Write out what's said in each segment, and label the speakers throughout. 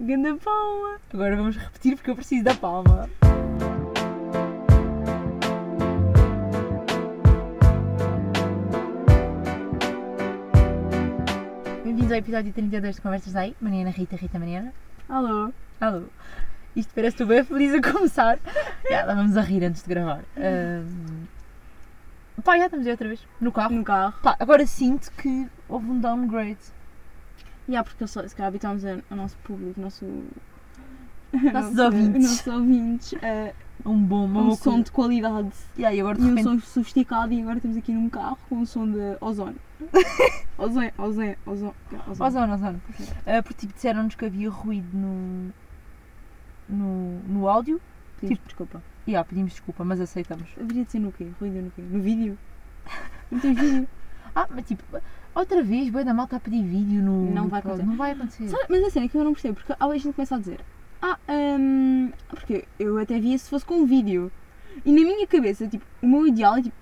Speaker 1: Ganda palma. Agora vamos repetir porque eu preciso da palma. Bem-vindos ao episódio 32 de Conversas Daí. Mariana Rita, Rita Mariana.
Speaker 2: Alô?
Speaker 1: Alô. Isto parece que estou bem feliz a começar. Já, lá vamos a rir antes de gravar. Ahm, Pá, já estamos aí outra vez. No carro.
Speaker 2: No carro.
Speaker 1: Pá, agora sinto que houve um downgrade.
Speaker 2: E há porque eu só, se calhar habitamos a- o nosso público, o nosso,
Speaker 1: Nossos
Speaker 2: nosso-
Speaker 1: ouvintes.
Speaker 2: nossos ouvintes, eh,
Speaker 1: Um bom,
Speaker 2: um
Speaker 1: uma boa
Speaker 2: som
Speaker 1: coisa.
Speaker 2: de qualidade
Speaker 1: E aí, agora
Speaker 2: e
Speaker 1: de
Speaker 2: um
Speaker 1: repente
Speaker 2: som sofisticado. E agora estamos aqui num carro com um som de ozônio. ozônio, ozônio, ozônio. ozônio.
Speaker 1: Ozone, ozone. Ah, porque tipo, disseram-nos que havia ruído no, no, no áudio.
Speaker 2: Pedimos desculpa.
Speaker 1: E ah, pedimos desculpa, mas aceitamos.
Speaker 2: Deveria de ser no quê? Ruído no quê? No vídeo? Não tens vídeo?
Speaker 1: Ah, mas tipo, outra vez, boi da malta a pedir vídeo no.
Speaker 2: Não
Speaker 1: no
Speaker 2: vai
Speaker 1: pod.
Speaker 2: acontecer.
Speaker 1: Não vai acontecer.
Speaker 2: Sabe, mas a cena que eu não percebo, porque há gente que começa a dizer Ah, hum, porque eu até via se fosse com um vídeo. E na minha cabeça, tipo, o meu ideal é tipo,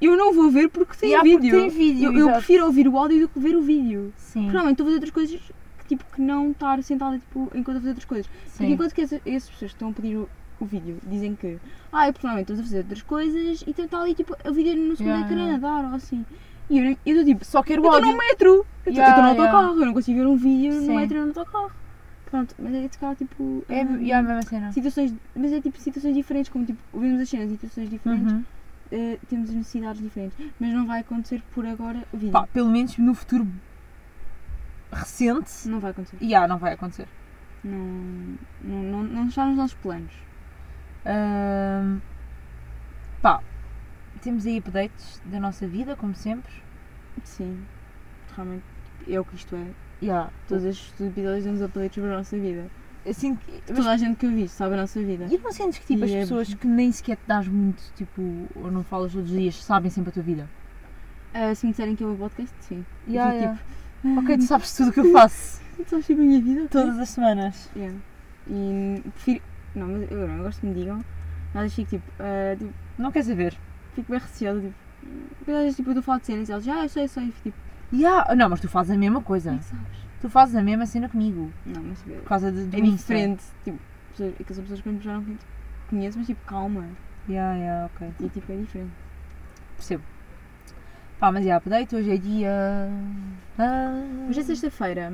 Speaker 2: eu não vou ver porque tem
Speaker 1: E há porque
Speaker 2: vídeo.
Speaker 1: tem vídeo,
Speaker 2: eu, eu
Speaker 1: exato.
Speaker 2: prefiro ouvir o áudio do que ver o vídeo.
Speaker 1: Sim.
Speaker 2: Porque normalmente estou a fazer outras coisas que, tipo, que não estar sentada tipo, enquanto a fazer outras coisas. Porque
Speaker 1: sim.
Speaker 2: enquanto que essa- essas pessoas que estão a pedir o, o vídeo dizem que ah, eu provavelmente estou a fazer outras coisas e está ali tipo o vídeo no segundo
Speaker 1: Yeah,
Speaker 2: ecrã
Speaker 1: yeah.
Speaker 2: a dar ou assim. E eu eu estou tipo,
Speaker 1: Só quero
Speaker 2: eu
Speaker 1: o
Speaker 2: estou
Speaker 1: áudio.
Speaker 2: num metro. Eu estou
Speaker 1: Yeah,
Speaker 2: no
Speaker 1: yeah.
Speaker 2: autocarro. Eu não consigo ver um vídeo
Speaker 1: Sim.
Speaker 2: no metro e no autocarro. Pronto, mas é de cá, tipo.
Speaker 1: É,
Speaker 2: hum,
Speaker 1: e há a mesma cena.
Speaker 2: situações, mas é tipo situações diferentes, como tipo, ouvimos as cenas em situações diferentes,
Speaker 1: Uhum.
Speaker 2: eh, temos necessidades diferentes. Mas não vai acontecer por agora o vídeo.
Speaker 1: Pá, pelo menos no futuro recente.
Speaker 2: Não vai acontecer.
Speaker 1: E ah, não vai acontecer.
Speaker 2: Não, não, não, não está nos nossos planos.
Speaker 1: Ahm, pá, temos aí updates da nossa vida, como sempre.
Speaker 2: Sim, realmente é o que isto é.
Speaker 1: E ah,
Speaker 2: Todas as estupidez dão-nos updates sobre a nossa vida.
Speaker 1: eu sinto Assim que-
Speaker 2: Toda a gente que eu vi sabe a nossa vida.
Speaker 1: E não sentes que tipo,
Speaker 2: E
Speaker 1: as
Speaker 2: é-
Speaker 1: pessoas que nem sequer te dás muito, tipo, ou não falas todos os dias, sabem sempre a tua vida?
Speaker 2: Eh, se me disserem que é o meu podcast, sim.
Speaker 1: Yeah,
Speaker 2: Eu
Speaker 1: yeah.
Speaker 2: fico
Speaker 1: tipo, Ok, tu sabes tudo o que eu faço.
Speaker 2: tipo, tu achas a minha vida?
Speaker 1: Todas as semanas.
Speaker 2: Yeah. E prefiro. Não, mas eu não eu gosto que me digam. Nada fico tipo. ah, tipo,
Speaker 1: Não quer saber?
Speaker 2: fico bem receosa. Tipo, porque às vezes tipo, eu estou a falar de cenas e eles. Ah, eu sei, eu sei. e fico, Tipo,
Speaker 1: Yeah. Não, mas tu fazes a mesma
Speaker 2: como é
Speaker 1: coisa.
Speaker 2: que sabes?
Speaker 1: Tu fazes a mesma cena comigo.
Speaker 2: Não, mas tipo,
Speaker 1: Por causa de, do
Speaker 2: é
Speaker 1: Insta.
Speaker 2: diferente. Tipo, pessoas, aquelas pessoas que eu já não tipo, conheço, mas tipo, calma.
Speaker 1: Yeah, yeah, ok.
Speaker 2: E tipo, é diferente.
Speaker 1: Percebo. Pá, mas yeah, update, hoje é dia. Ah,
Speaker 2: Hoje é sexta-feira.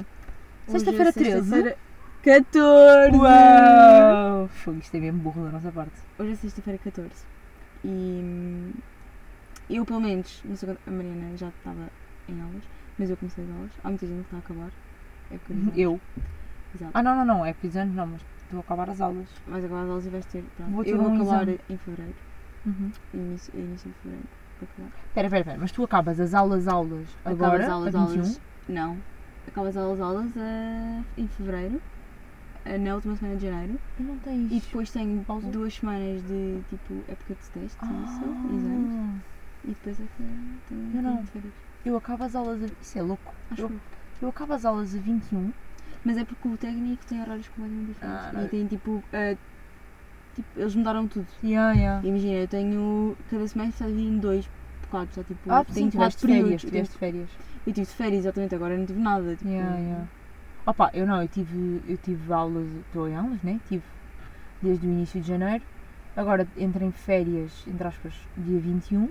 Speaker 1: Sexta-feira 13.
Speaker 2: sexta-feira 14.
Speaker 1: Ah. Uau! Fogo, isto é mesmo burro da nossa parte.
Speaker 2: Hoje é sexta-feira 14. E hum, eu, pelo menos, não sei quando, a Mariana já estava em aulas, mas eu comecei as aulas. Há muita gente que está a acabar. É por isso.
Speaker 1: Eu.
Speaker 2: Exato.
Speaker 1: Ah, não, não, não, é episódio, não, mas estou a acabar as aulas.
Speaker 2: Mas agora as aulas vais ter. Pronto.
Speaker 1: Vou ter
Speaker 2: eu vou
Speaker 1: um
Speaker 2: acabar
Speaker 1: exame.
Speaker 2: em fevereiro. Uhum. Início, início de fevereiro. Vou acabar.
Speaker 1: Espera, espera, espera, mas tu acabas as aulas, aulas agora?
Speaker 2: Acabo as aulas,
Speaker 1: a 21?
Speaker 2: aulas. Não. Acabo as aulas, aulas eh, em fevereiro. eh, Na última semana de janeiro.
Speaker 1: Eu Não tens.
Speaker 2: E depois tenho
Speaker 1: Pausa.
Speaker 2: duas semanas de tipo época de teste, e isso,
Speaker 1: Ah,
Speaker 2: exames. E depois é que tenho
Speaker 1: Eu não.
Speaker 2: tenho férias.
Speaker 1: Eu acabo as aulas a. Isso é louco.
Speaker 2: Acho
Speaker 1: Eu,
Speaker 2: eu.
Speaker 1: eu acabo as aulas a 21.
Speaker 2: Mas é porque o técnico tem horários completamente diferentes.
Speaker 1: Ah, não.
Speaker 2: e tem tipo, ah, tipo. Eles mudaram tudo.
Speaker 1: Yeah, yeah.
Speaker 2: Imagina, eu tenho. Cada semestre está dividido em dois bocados. Só tipo.
Speaker 1: Ah, sim,
Speaker 2: tenho
Speaker 1: tiveste férias, tiveste férias.
Speaker 2: Eu tive tipo, de férias, exatamente. Agora eu não tive nada. Tipo,
Speaker 1: Yeah, yeah. Opa, eu não, eu tive, eu tive aulas, estou em aulas, né? Tive desde o início de janeiro. Agora entro em férias, entre aspas, dia 21.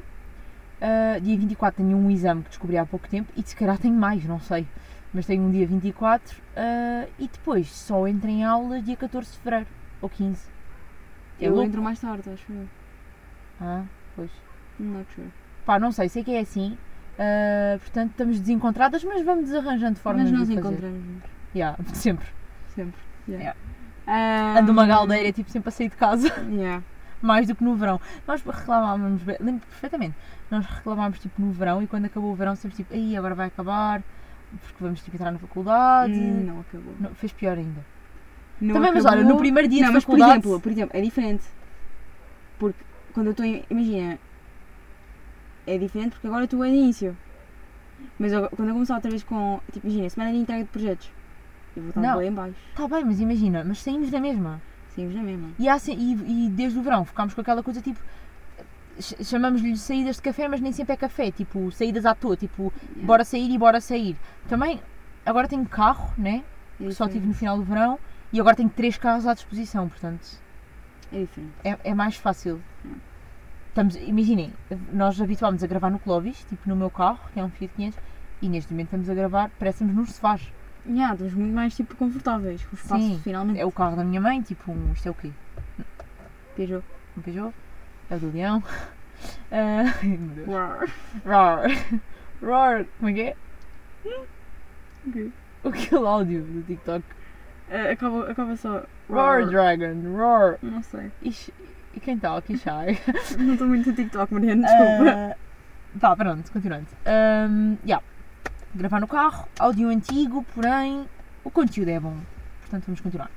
Speaker 1: Ah, dia 24 tenho um exame que descobri há pouco tempo e se calhar tenho mais, não sei. Mas tenho um dia 24 ah, e depois só entro em aulas dia 14 de fevereiro ou 15. É
Speaker 2: Eu
Speaker 1: louco.
Speaker 2: entro mais tarde, acho eu.
Speaker 1: Ah, pois.
Speaker 2: I'm Not sure.
Speaker 1: Pá, não sei, sei que é assim. Ah, portanto, estamos desencontradas, mas vamos desarranjando formas
Speaker 2: Mas nós
Speaker 1: de fazer.
Speaker 2: encontramos
Speaker 1: Yeah, sempre.
Speaker 2: sempre. Yeah.
Speaker 1: Yeah.
Speaker 2: Ah,
Speaker 1: Ando uma galdeira, tipo, sempre a sair de casa,
Speaker 2: Yeah.
Speaker 1: mais do que no verão. Nós reclamávamos, bem- lembro perfeitamente, nós reclamávamos, tipo, no verão e quando acabou o verão, sempre tipo, aí agora vai acabar, porque vamos, tipo, entrar na faculdade.
Speaker 2: Hum, Não acabou.
Speaker 1: Não, fez pior ainda.
Speaker 2: Não
Speaker 1: Também, mas olha,
Speaker 2: acabou.
Speaker 1: no primeiro dia
Speaker 2: não,
Speaker 1: de
Speaker 2: mas por
Speaker 1: faculdade...
Speaker 2: exemplo, por exemplo, é diferente. Porque quando eu estou em. Imagina. É diferente porque agora estou em início. Mas eu- quando eu começar outra vez com. Tipo, imagina, semana de entrega de projetos. Eu vou estar
Speaker 1: Não.
Speaker 2: bem em baixo.
Speaker 1: Tá bem, mas imagina, mas saímos da mesma.
Speaker 2: Saímos na mesma.
Speaker 1: E, há assim- e- e desde o verão ficámos com aquela coisa, tipo... ch- Chamamos-lhe saídas de café, mas nem sempre é café, tipo, saídas à toa, tipo, bora sair e bora sair. Também agora tenho carro, né?
Speaker 2: É
Speaker 1: Que só tive
Speaker 2: diferente.
Speaker 1: no final do verão. E agora tenho três carros à disposição, portanto.
Speaker 2: É diferente.
Speaker 1: É, é mais fácil. Estamos, imaginem, nós habituámos a gravar no Clovis, tipo no meu carro, que é um Fiat 500, e neste momento estamos a gravar, parecemos nos sofás.
Speaker 2: Yeah, estamos muito mais tipo confortáveis com o espaço
Speaker 1: Sim.
Speaker 2: finalmente.
Speaker 1: É o carro da minha mãe, tipo, um, isto é o quê?
Speaker 2: Peugeot.
Speaker 1: Um Peugeot? É o do Leão? Ah, meu Deus.
Speaker 2: Uau.
Speaker 1: Roar! Roar! Como é que é? O que é o áudio do TikTok?
Speaker 2: Eh, acaba, acaba só.
Speaker 1: Roar,
Speaker 2: Uau.
Speaker 1: Dragon! Roar!
Speaker 2: Não sei.
Speaker 1: Ixi, e quem está aqui chai?
Speaker 2: Não estou muito no TikTok, Mariana, desculpa.
Speaker 1: Ah, Vá, pronto, continuando. Ahm, yeah. Gravar no carro, áudio antigo, porém o conteúdo é bom. Portanto, vamos continuar.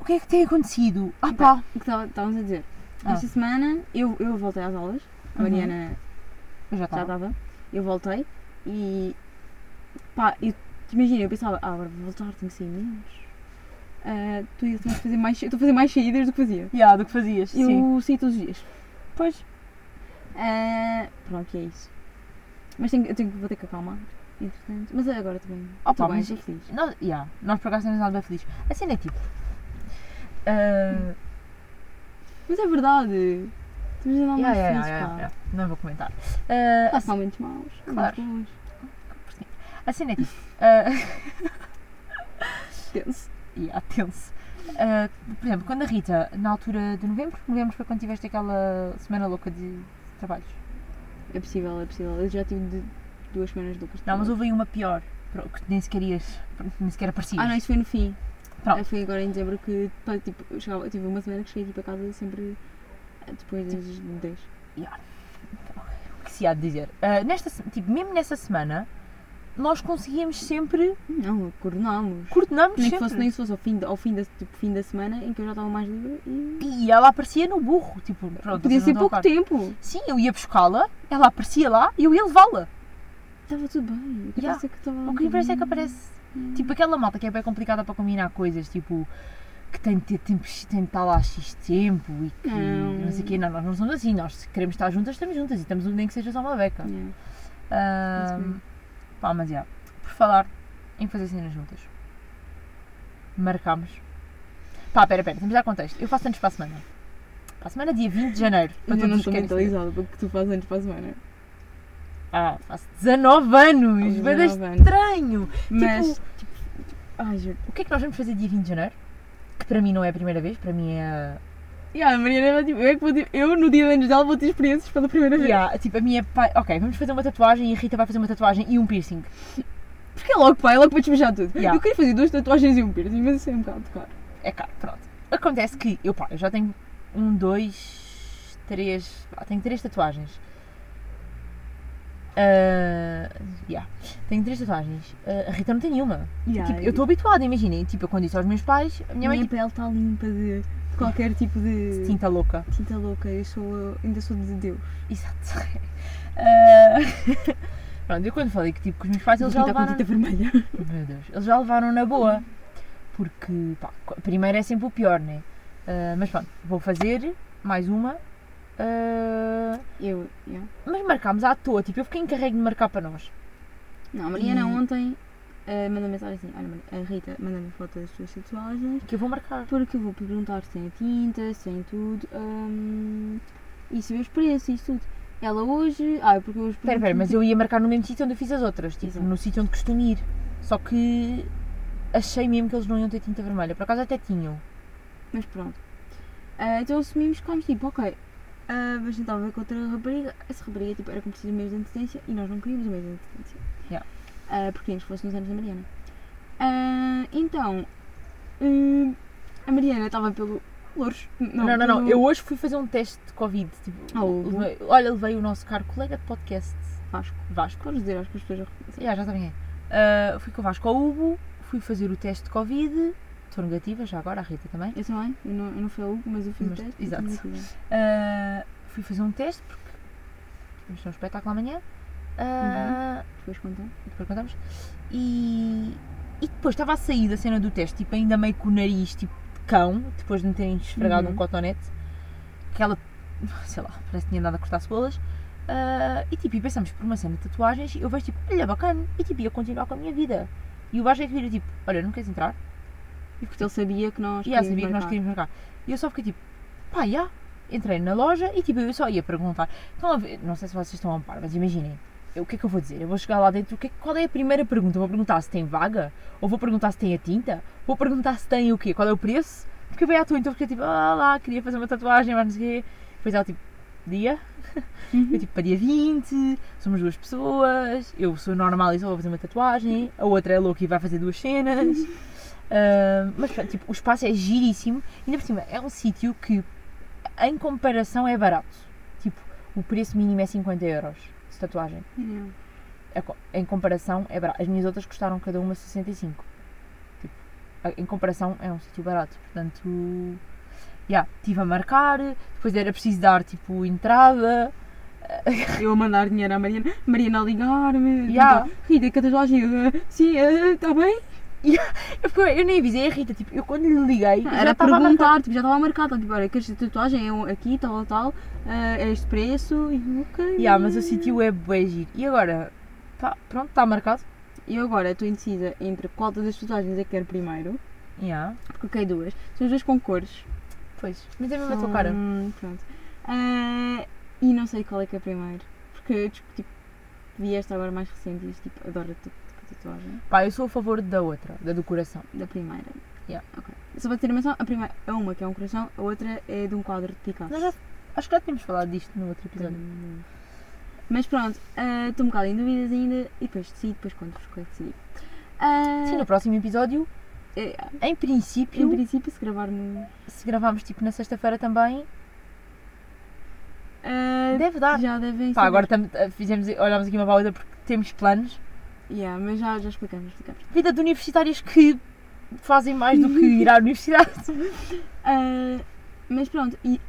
Speaker 1: O que é que tem acontecido? Ah pá!
Speaker 2: O que estava- estávamos a dizer?
Speaker 1: Ah.
Speaker 2: Esta semana eu, eu voltei às aulas. A
Speaker 1: Uhum.
Speaker 2: Mariana
Speaker 1: Eu já
Speaker 2: já
Speaker 1: estava.
Speaker 2: estava. Eu voltei e. pá, eu, te imagina, eu pensava, ah, agora vou voltar, tenho que sair menos. Ah, tu ia tenho que fazer mais, estou a fazer mais saídas do que fazia.
Speaker 1: Yeah, do que fazias? Sim.
Speaker 2: Eu saí todos os dias.
Speaker 1: Pois.
Speaker 2: Ah, pronto, e é isso. Mas tenho, eu tenho, vou ter que acalmar, entretanto. Mas agora também.
Speaker 1: Ah,
Speaker 2: estou
Speaker 1: pá,
Speaker 2: bem,
Speaker 1: mas-
Speaker 2: estou feliz.
Speaker 1: Nós, yeah, nós por acaso temos nada bem feliz. A cena é tipo. ah,
Speaker 2: Mas é verdade. Temos de andar
Speaker 1: yeah,
Speaker 2: mais
Speaker 1: yeah,
Speaker 2: felizes,
Speaker 1: yeah, yeah,
Speaker 2: pá. Tá
Speaker 1: yeah. Não vou comentar. Ah,
Speaker 2: Há só momentos maus,
Speaker 1: Claro.
Speaker 2: momentos bons.
Speaker 1: a cena é tipo. ah,
Speaker 2: Tenso.
Speaker 1: e há tenso. Ah, por exemplo, quando a Rita, na altura de novembro, novembro foi quando tiveste aquela semana louca de trabalhos.
Speaker 2: É possível, é possível. Eu já tive de duas semanas duplas. de
Speaker 1: Não, mas
Speaker 2: trabalho.
Speaker 1: houve aí uma pior, pro- que nem sequer ias, nem sequer aparecias.
Speaker 2: Ah, não, isso foi no fim.
Speaker 1: Pronto.
Speaker 2: Ah, Foi agora em dezembro que pá, tipo, eu chegava, eu tive uma semana que cheguei tipo, a casa sempre ah, depois
Speaker 1: Tipo
Speaker 2: das 10.
Speaker 1: O que se há de dizer? Ah, nesta, se- tipo, mesmo nessa semana, nós conseguíamos sempre,
Speaker 2: Não, coordenámos.
Speaker 1: coordenámos
Speaker 2: Nem que
Speaker 1: sempre.
Speaker 2: fosse, nem que fosse ao, fim, de- ao fim, da, tipo, fim da semana em que eu já estava mais livre e.
Speaker 1: E ela aparecia no burro, tipo, pronto,
Speaker 2: Podia
Speaker 1: vocês
Speaker 2: ser
Speaker 1: não estão
Speaker 2: pouco
Speaker 1: a par.
Speaker 2: tempo.
Speaker 1: Sim, eu ia buscá-la, ela aparecia lá e eu ia levá-la.
Speaker 2: Estava tudo bem. O
Speaker 1: Yeah.
Speaker 2: que interessa é que estava.
Speaker 1: O que interessa é que aparece, tipo, aquela malta que é bem complicada para combinar coisas, tipo, que tem de, ter tempo, tem de estar lá há X tempo e que não,
Speaker 2: Não.
Speaker 1: sei o quê. Não, nós não somos assim, nós se queremos estar juntas, estamos juntas e estamos nem que seja só uma beca.
Speaker 2: Yeah.
Speaker 1: Ahm,
Speaker 2: Muito bem.
Speaker 1: pá, mas já. Por falar em fazer cenas juntas. Marcámos. Pá, pera, pera, temos a dar contexto. Eu faço anos para a semana. Para a semana, dia 20 de janeiro. Para
Speaker 2: Mas eu
Speaker 1: todos
Speaker 2: não
Speaker 1: os que
Speaker 2: estou
Speaker 1: querem saber.
Speaker 2: mentalizada para o que tu fazes antes para a semana.
Speaker 1: Ah, faço 19 anos!
Speaker 2: Aos
Speaker 1: Bem
Speaker 2: 19 anos.
Speaker 1: estranho!
Speaker 2: Mas. tipo, Ai, juro.
Speaker 1: O que é que nós vamos fazer dia 20 de janeiro? Que para mim não é a primeira vez, para mim é.
Speaker 2: Yeah, a Mariana vai tipo, eu, é que vou, ter- eu no dia de anos dela vou ter experiências pela primeira vez.
Speaker 1: Yeah, tipo, a minha. Pai... Ok, vamos fazer uma tatuagem e a Rita vai fazer uma tatuagem e um piercing.
Speaker 2: Porque é logo, pá, é logo para despejar tudo.
Speaker 1: Yeah.
Speaker 2: Eu queria fazer duas tatuagens e um piercing, mas isso é um bocado caro.
Speaker 1: É caro, pronto. Acontece que eu, pá, eu já tenho um, dois, três. Pá, tenho três tatuagens. Ah, yeah. Tenho três tatuagens. Ah, a Rita não tem nenhuma. Tipo, eu estou habituada, imaginem. Tipo, eu quando disse aos meus pais, a minha
Speaker 2: Minha, tipo
Speaker 1: mãe
Speaker 2: pele está limpa de, de qualquer tipo de
Speaker 1: tipo, tinta louca.
Speaker 2: tinta louca. Eu sou, eu ainda sou de Deus.
Speaker 1: Exato. Ah, pronto, eu quando falei que tipo, com os meus pais eles já
Speaker 2: Tinta com
Speaker 1: levaram.
Speaker 2: tinta vermelha.
Speaker 1: Meu Deus, eles já levaram na boa. Porque, pá, co- primeiro é sempre o pior, né? Ah, mas pronto, vou fazer mais uma. Ah,
Speaker 2: Eu, yeah.
Speaker 1: mas marcámos à toa, tipo, eu fiquei encarregue de marcar para nós.
Speaker 2: Não, a Mariana
Speaker 1: E-
Speaker 2: ontem ah, mandou mensagem assim: Olha, Mar- a Rita, manda-me foto das tuas tatuagens.
Speaker 1: Que eu vou marcar.
Speaker 2: Porque eu vou perguntar se tem a tinta, se tem tudo. hum, e se os preços, isso tudo. Ela hoje. Ah, porque eu hoje.
Speaker 1: Espera, espera, mas eu ia marcar no mesmo sítio onde eu fiz as outras, tipo,
Speaker 2: Exato.
Speaker 1: no sítio onde costumo ir. Só que achei mesmo que eles não iam ter tinta vermelha. Por acaso até tinham.
Speaker 2: Mas pronto. Ah, então assumimos que fomos tipo, ok. Uh, mas tentava ver com outra rapariga. Essa rapariga tipo, era como precisa de meios de antecedência e nós não queríamos o meio de antecedência.
Speaker 1: Yeah.
Speaker 2: Ah, porque queríamos que fosse nos anos da Mariana. Ah, então. hum, a Mariana estava pelo. Louros.
Speaker 1: Não, não, não,
Speaker 2: pelo-
Speaker 1: Eu hoje fui fazer um teste de Covid. Tipo,
Speaker 2: Oh.
Speaker 1: levei- olha, levei o nosso caro colega de podcast,
Speaker 2: Vasco.
Speaker 1: Vasco.
Speaker 2: Podes dizer, acho que as pessoas já reconhecem.
Speaker 1: Já, já sabem quem é. Ah, fui com o Vasco ao Hugo, fui fazer o teste de Covid, estou negativa já agora, a Rita também.
Speaker 2: Eu também. Eu não, eu não fui ao Hugo, mas eu fiz
Speaker 1: Mas-
Speaker 2: o teste. e
Speaker 1: exato.
Speaker 2: também fui.
Speaker 1: Ah, fui fazer um teste, porque vamos ter um espetáculo amanhã. Ah,
Speaker 2: Depois contamos.
Speaker 1: depois contamos. E, e depois estava a sair da cena do teste, tipo, ainda meio com o nariz, tipo, de cão, depois de me terem esfregado
Speaker 2: Uhum.
Speaker 1: um cotonete, que ela, sei lá, parece que tinha andado a cortar cebolas. Ah, e tipo, e pensamos por uma cena de tatuagens e eu vejo tipo, olha, bacana, e tipo, ia continuar com a minha vida. E o Vasco é que vira tipo, olha, não queres entrar?
Speaker 2: E porque ele sabia que nós
Speaker 1: E yeah, sabia
Speaker 2: queríamos
Speaker 1: que nós
Speaker 2: marcar.
Speaker 1: queríamos marcar. E eu só fiquei tipo, pá, já. Entrei na loja e tipo, eu só ia perguntar. Estão a ver, não sei se vocês estão a par, mas imaginem. eu- o que é que eu vou dizer? Eu vou chegar lá dentro, o que é- qual é a primeira pergunta? Eu vou perguntar se tem vaga? Ou vou perguntar se tem a tinta? Vou perguntar se tem o quê? Qual é o preço? Porque veio à tua, então fiquei tipo, ah lá, queria fazer uma tatuagem, mas não sei o quê. Depois ela tipo, dia?
Speaker 2: Uhum.
Speaker 1: Eu tipo, para dia 20, somos duas pessoas, eu sou normal e só vou fazer uma tatuagem, a outra é louca e vai fazer duas cenas. Ah, mas pronto, tipo, o espaço é giríssimo, ainda por cima é um sítio que, em comparação, é barato. Tipo, o preço mínimo é 50 euros de tatuagem.
Speaker 2: Yeah.
Speaker 1: A co- Em comparação, é barato. As minhas outras custaram cada uma 65. Tipo, a- em comparação, é um sítio barato. Portanto, já, estive a marcar, depois era preciso dar, tipo, entrada.
Speaker 2: Eu a mandar dinheiro à Mariana, Mariana a ligar-me,
Speaker 1: Yeah.
Speaker 2: perguntar, Rita, que a tatuagem? Eu, "Ah, Sim, está bem?
Speaker 1: Eu, fiquei- eu nem avisei a Rita, tipo, eu quando lhe liguei, já
Speaker 2: Ah, Era
Speaker 1: estava a marcar.
Speaker 2: perguntar, tipo, já estava marcado, tipo, olha, queres a tatuagem? Eu aqui, tal, tal, ah, é este preço, e ok.
Speaker 1: Ya, mas o sítio é bué giro. E agora, tá, pronto, está marcado.
Speaker 2: Eu agora estou indecisa entre qual das tatuagens é que quero primeiro,
Speaker 1: Ya,
Speaker 2: porque eu quero duas, são as duas com cores.
Speaker 1: pois. Mas é mesmo a tua
Speaker 2: São-
Speaker 1: cara.
Speaker 2: Pronto. Ah, e não sei qual é que é primeiro, porque eu tipo, tipo, vi esta agora mais recente e tipo, adoro a tu- tipo, a tatuagem.
Speaker 1: Pá, eu sou a favor da outra, da do coração.
Speaker 2: Da primeira.
Speaker 1: Yeah.
Speaker 2: Ok. Só para ter noção, a primeira é uma que é um coração, a outra é de um quadro de Picasso.
Speaker 1: Nós já, acho que já tínhamos falado disto no outro episódio.
Speaker 2: Mas pronto, ah, estou um bocado em dúvidas ainda e depois decido, depois conto-vos o que é que decidi. Ah,
Speaker 1: Sim, no próximo episódio, é,
Speaker 2: eh,
Speaker 1: em princípio,
Speaker 2: em princípio, se gravarmos.
Speaker 1: se gravarmos tipo na sexta-feira também,
Speaker 2: ah,
Speaker 1: deve dar.
Speaker 2: já devem
Speaker 1: Pá,
Speaker 2: saber.
Speaker 1: agora tam- eh, fizemos, olhámos aqui uma balda porque temos planos.
Speaker 2: Yeah, mas já, já explicamos, explicamos.
Speaker 1: Vida de universitários que fazem mais do que ir à universidade.
Speaker 2: Ah, mas pronto, e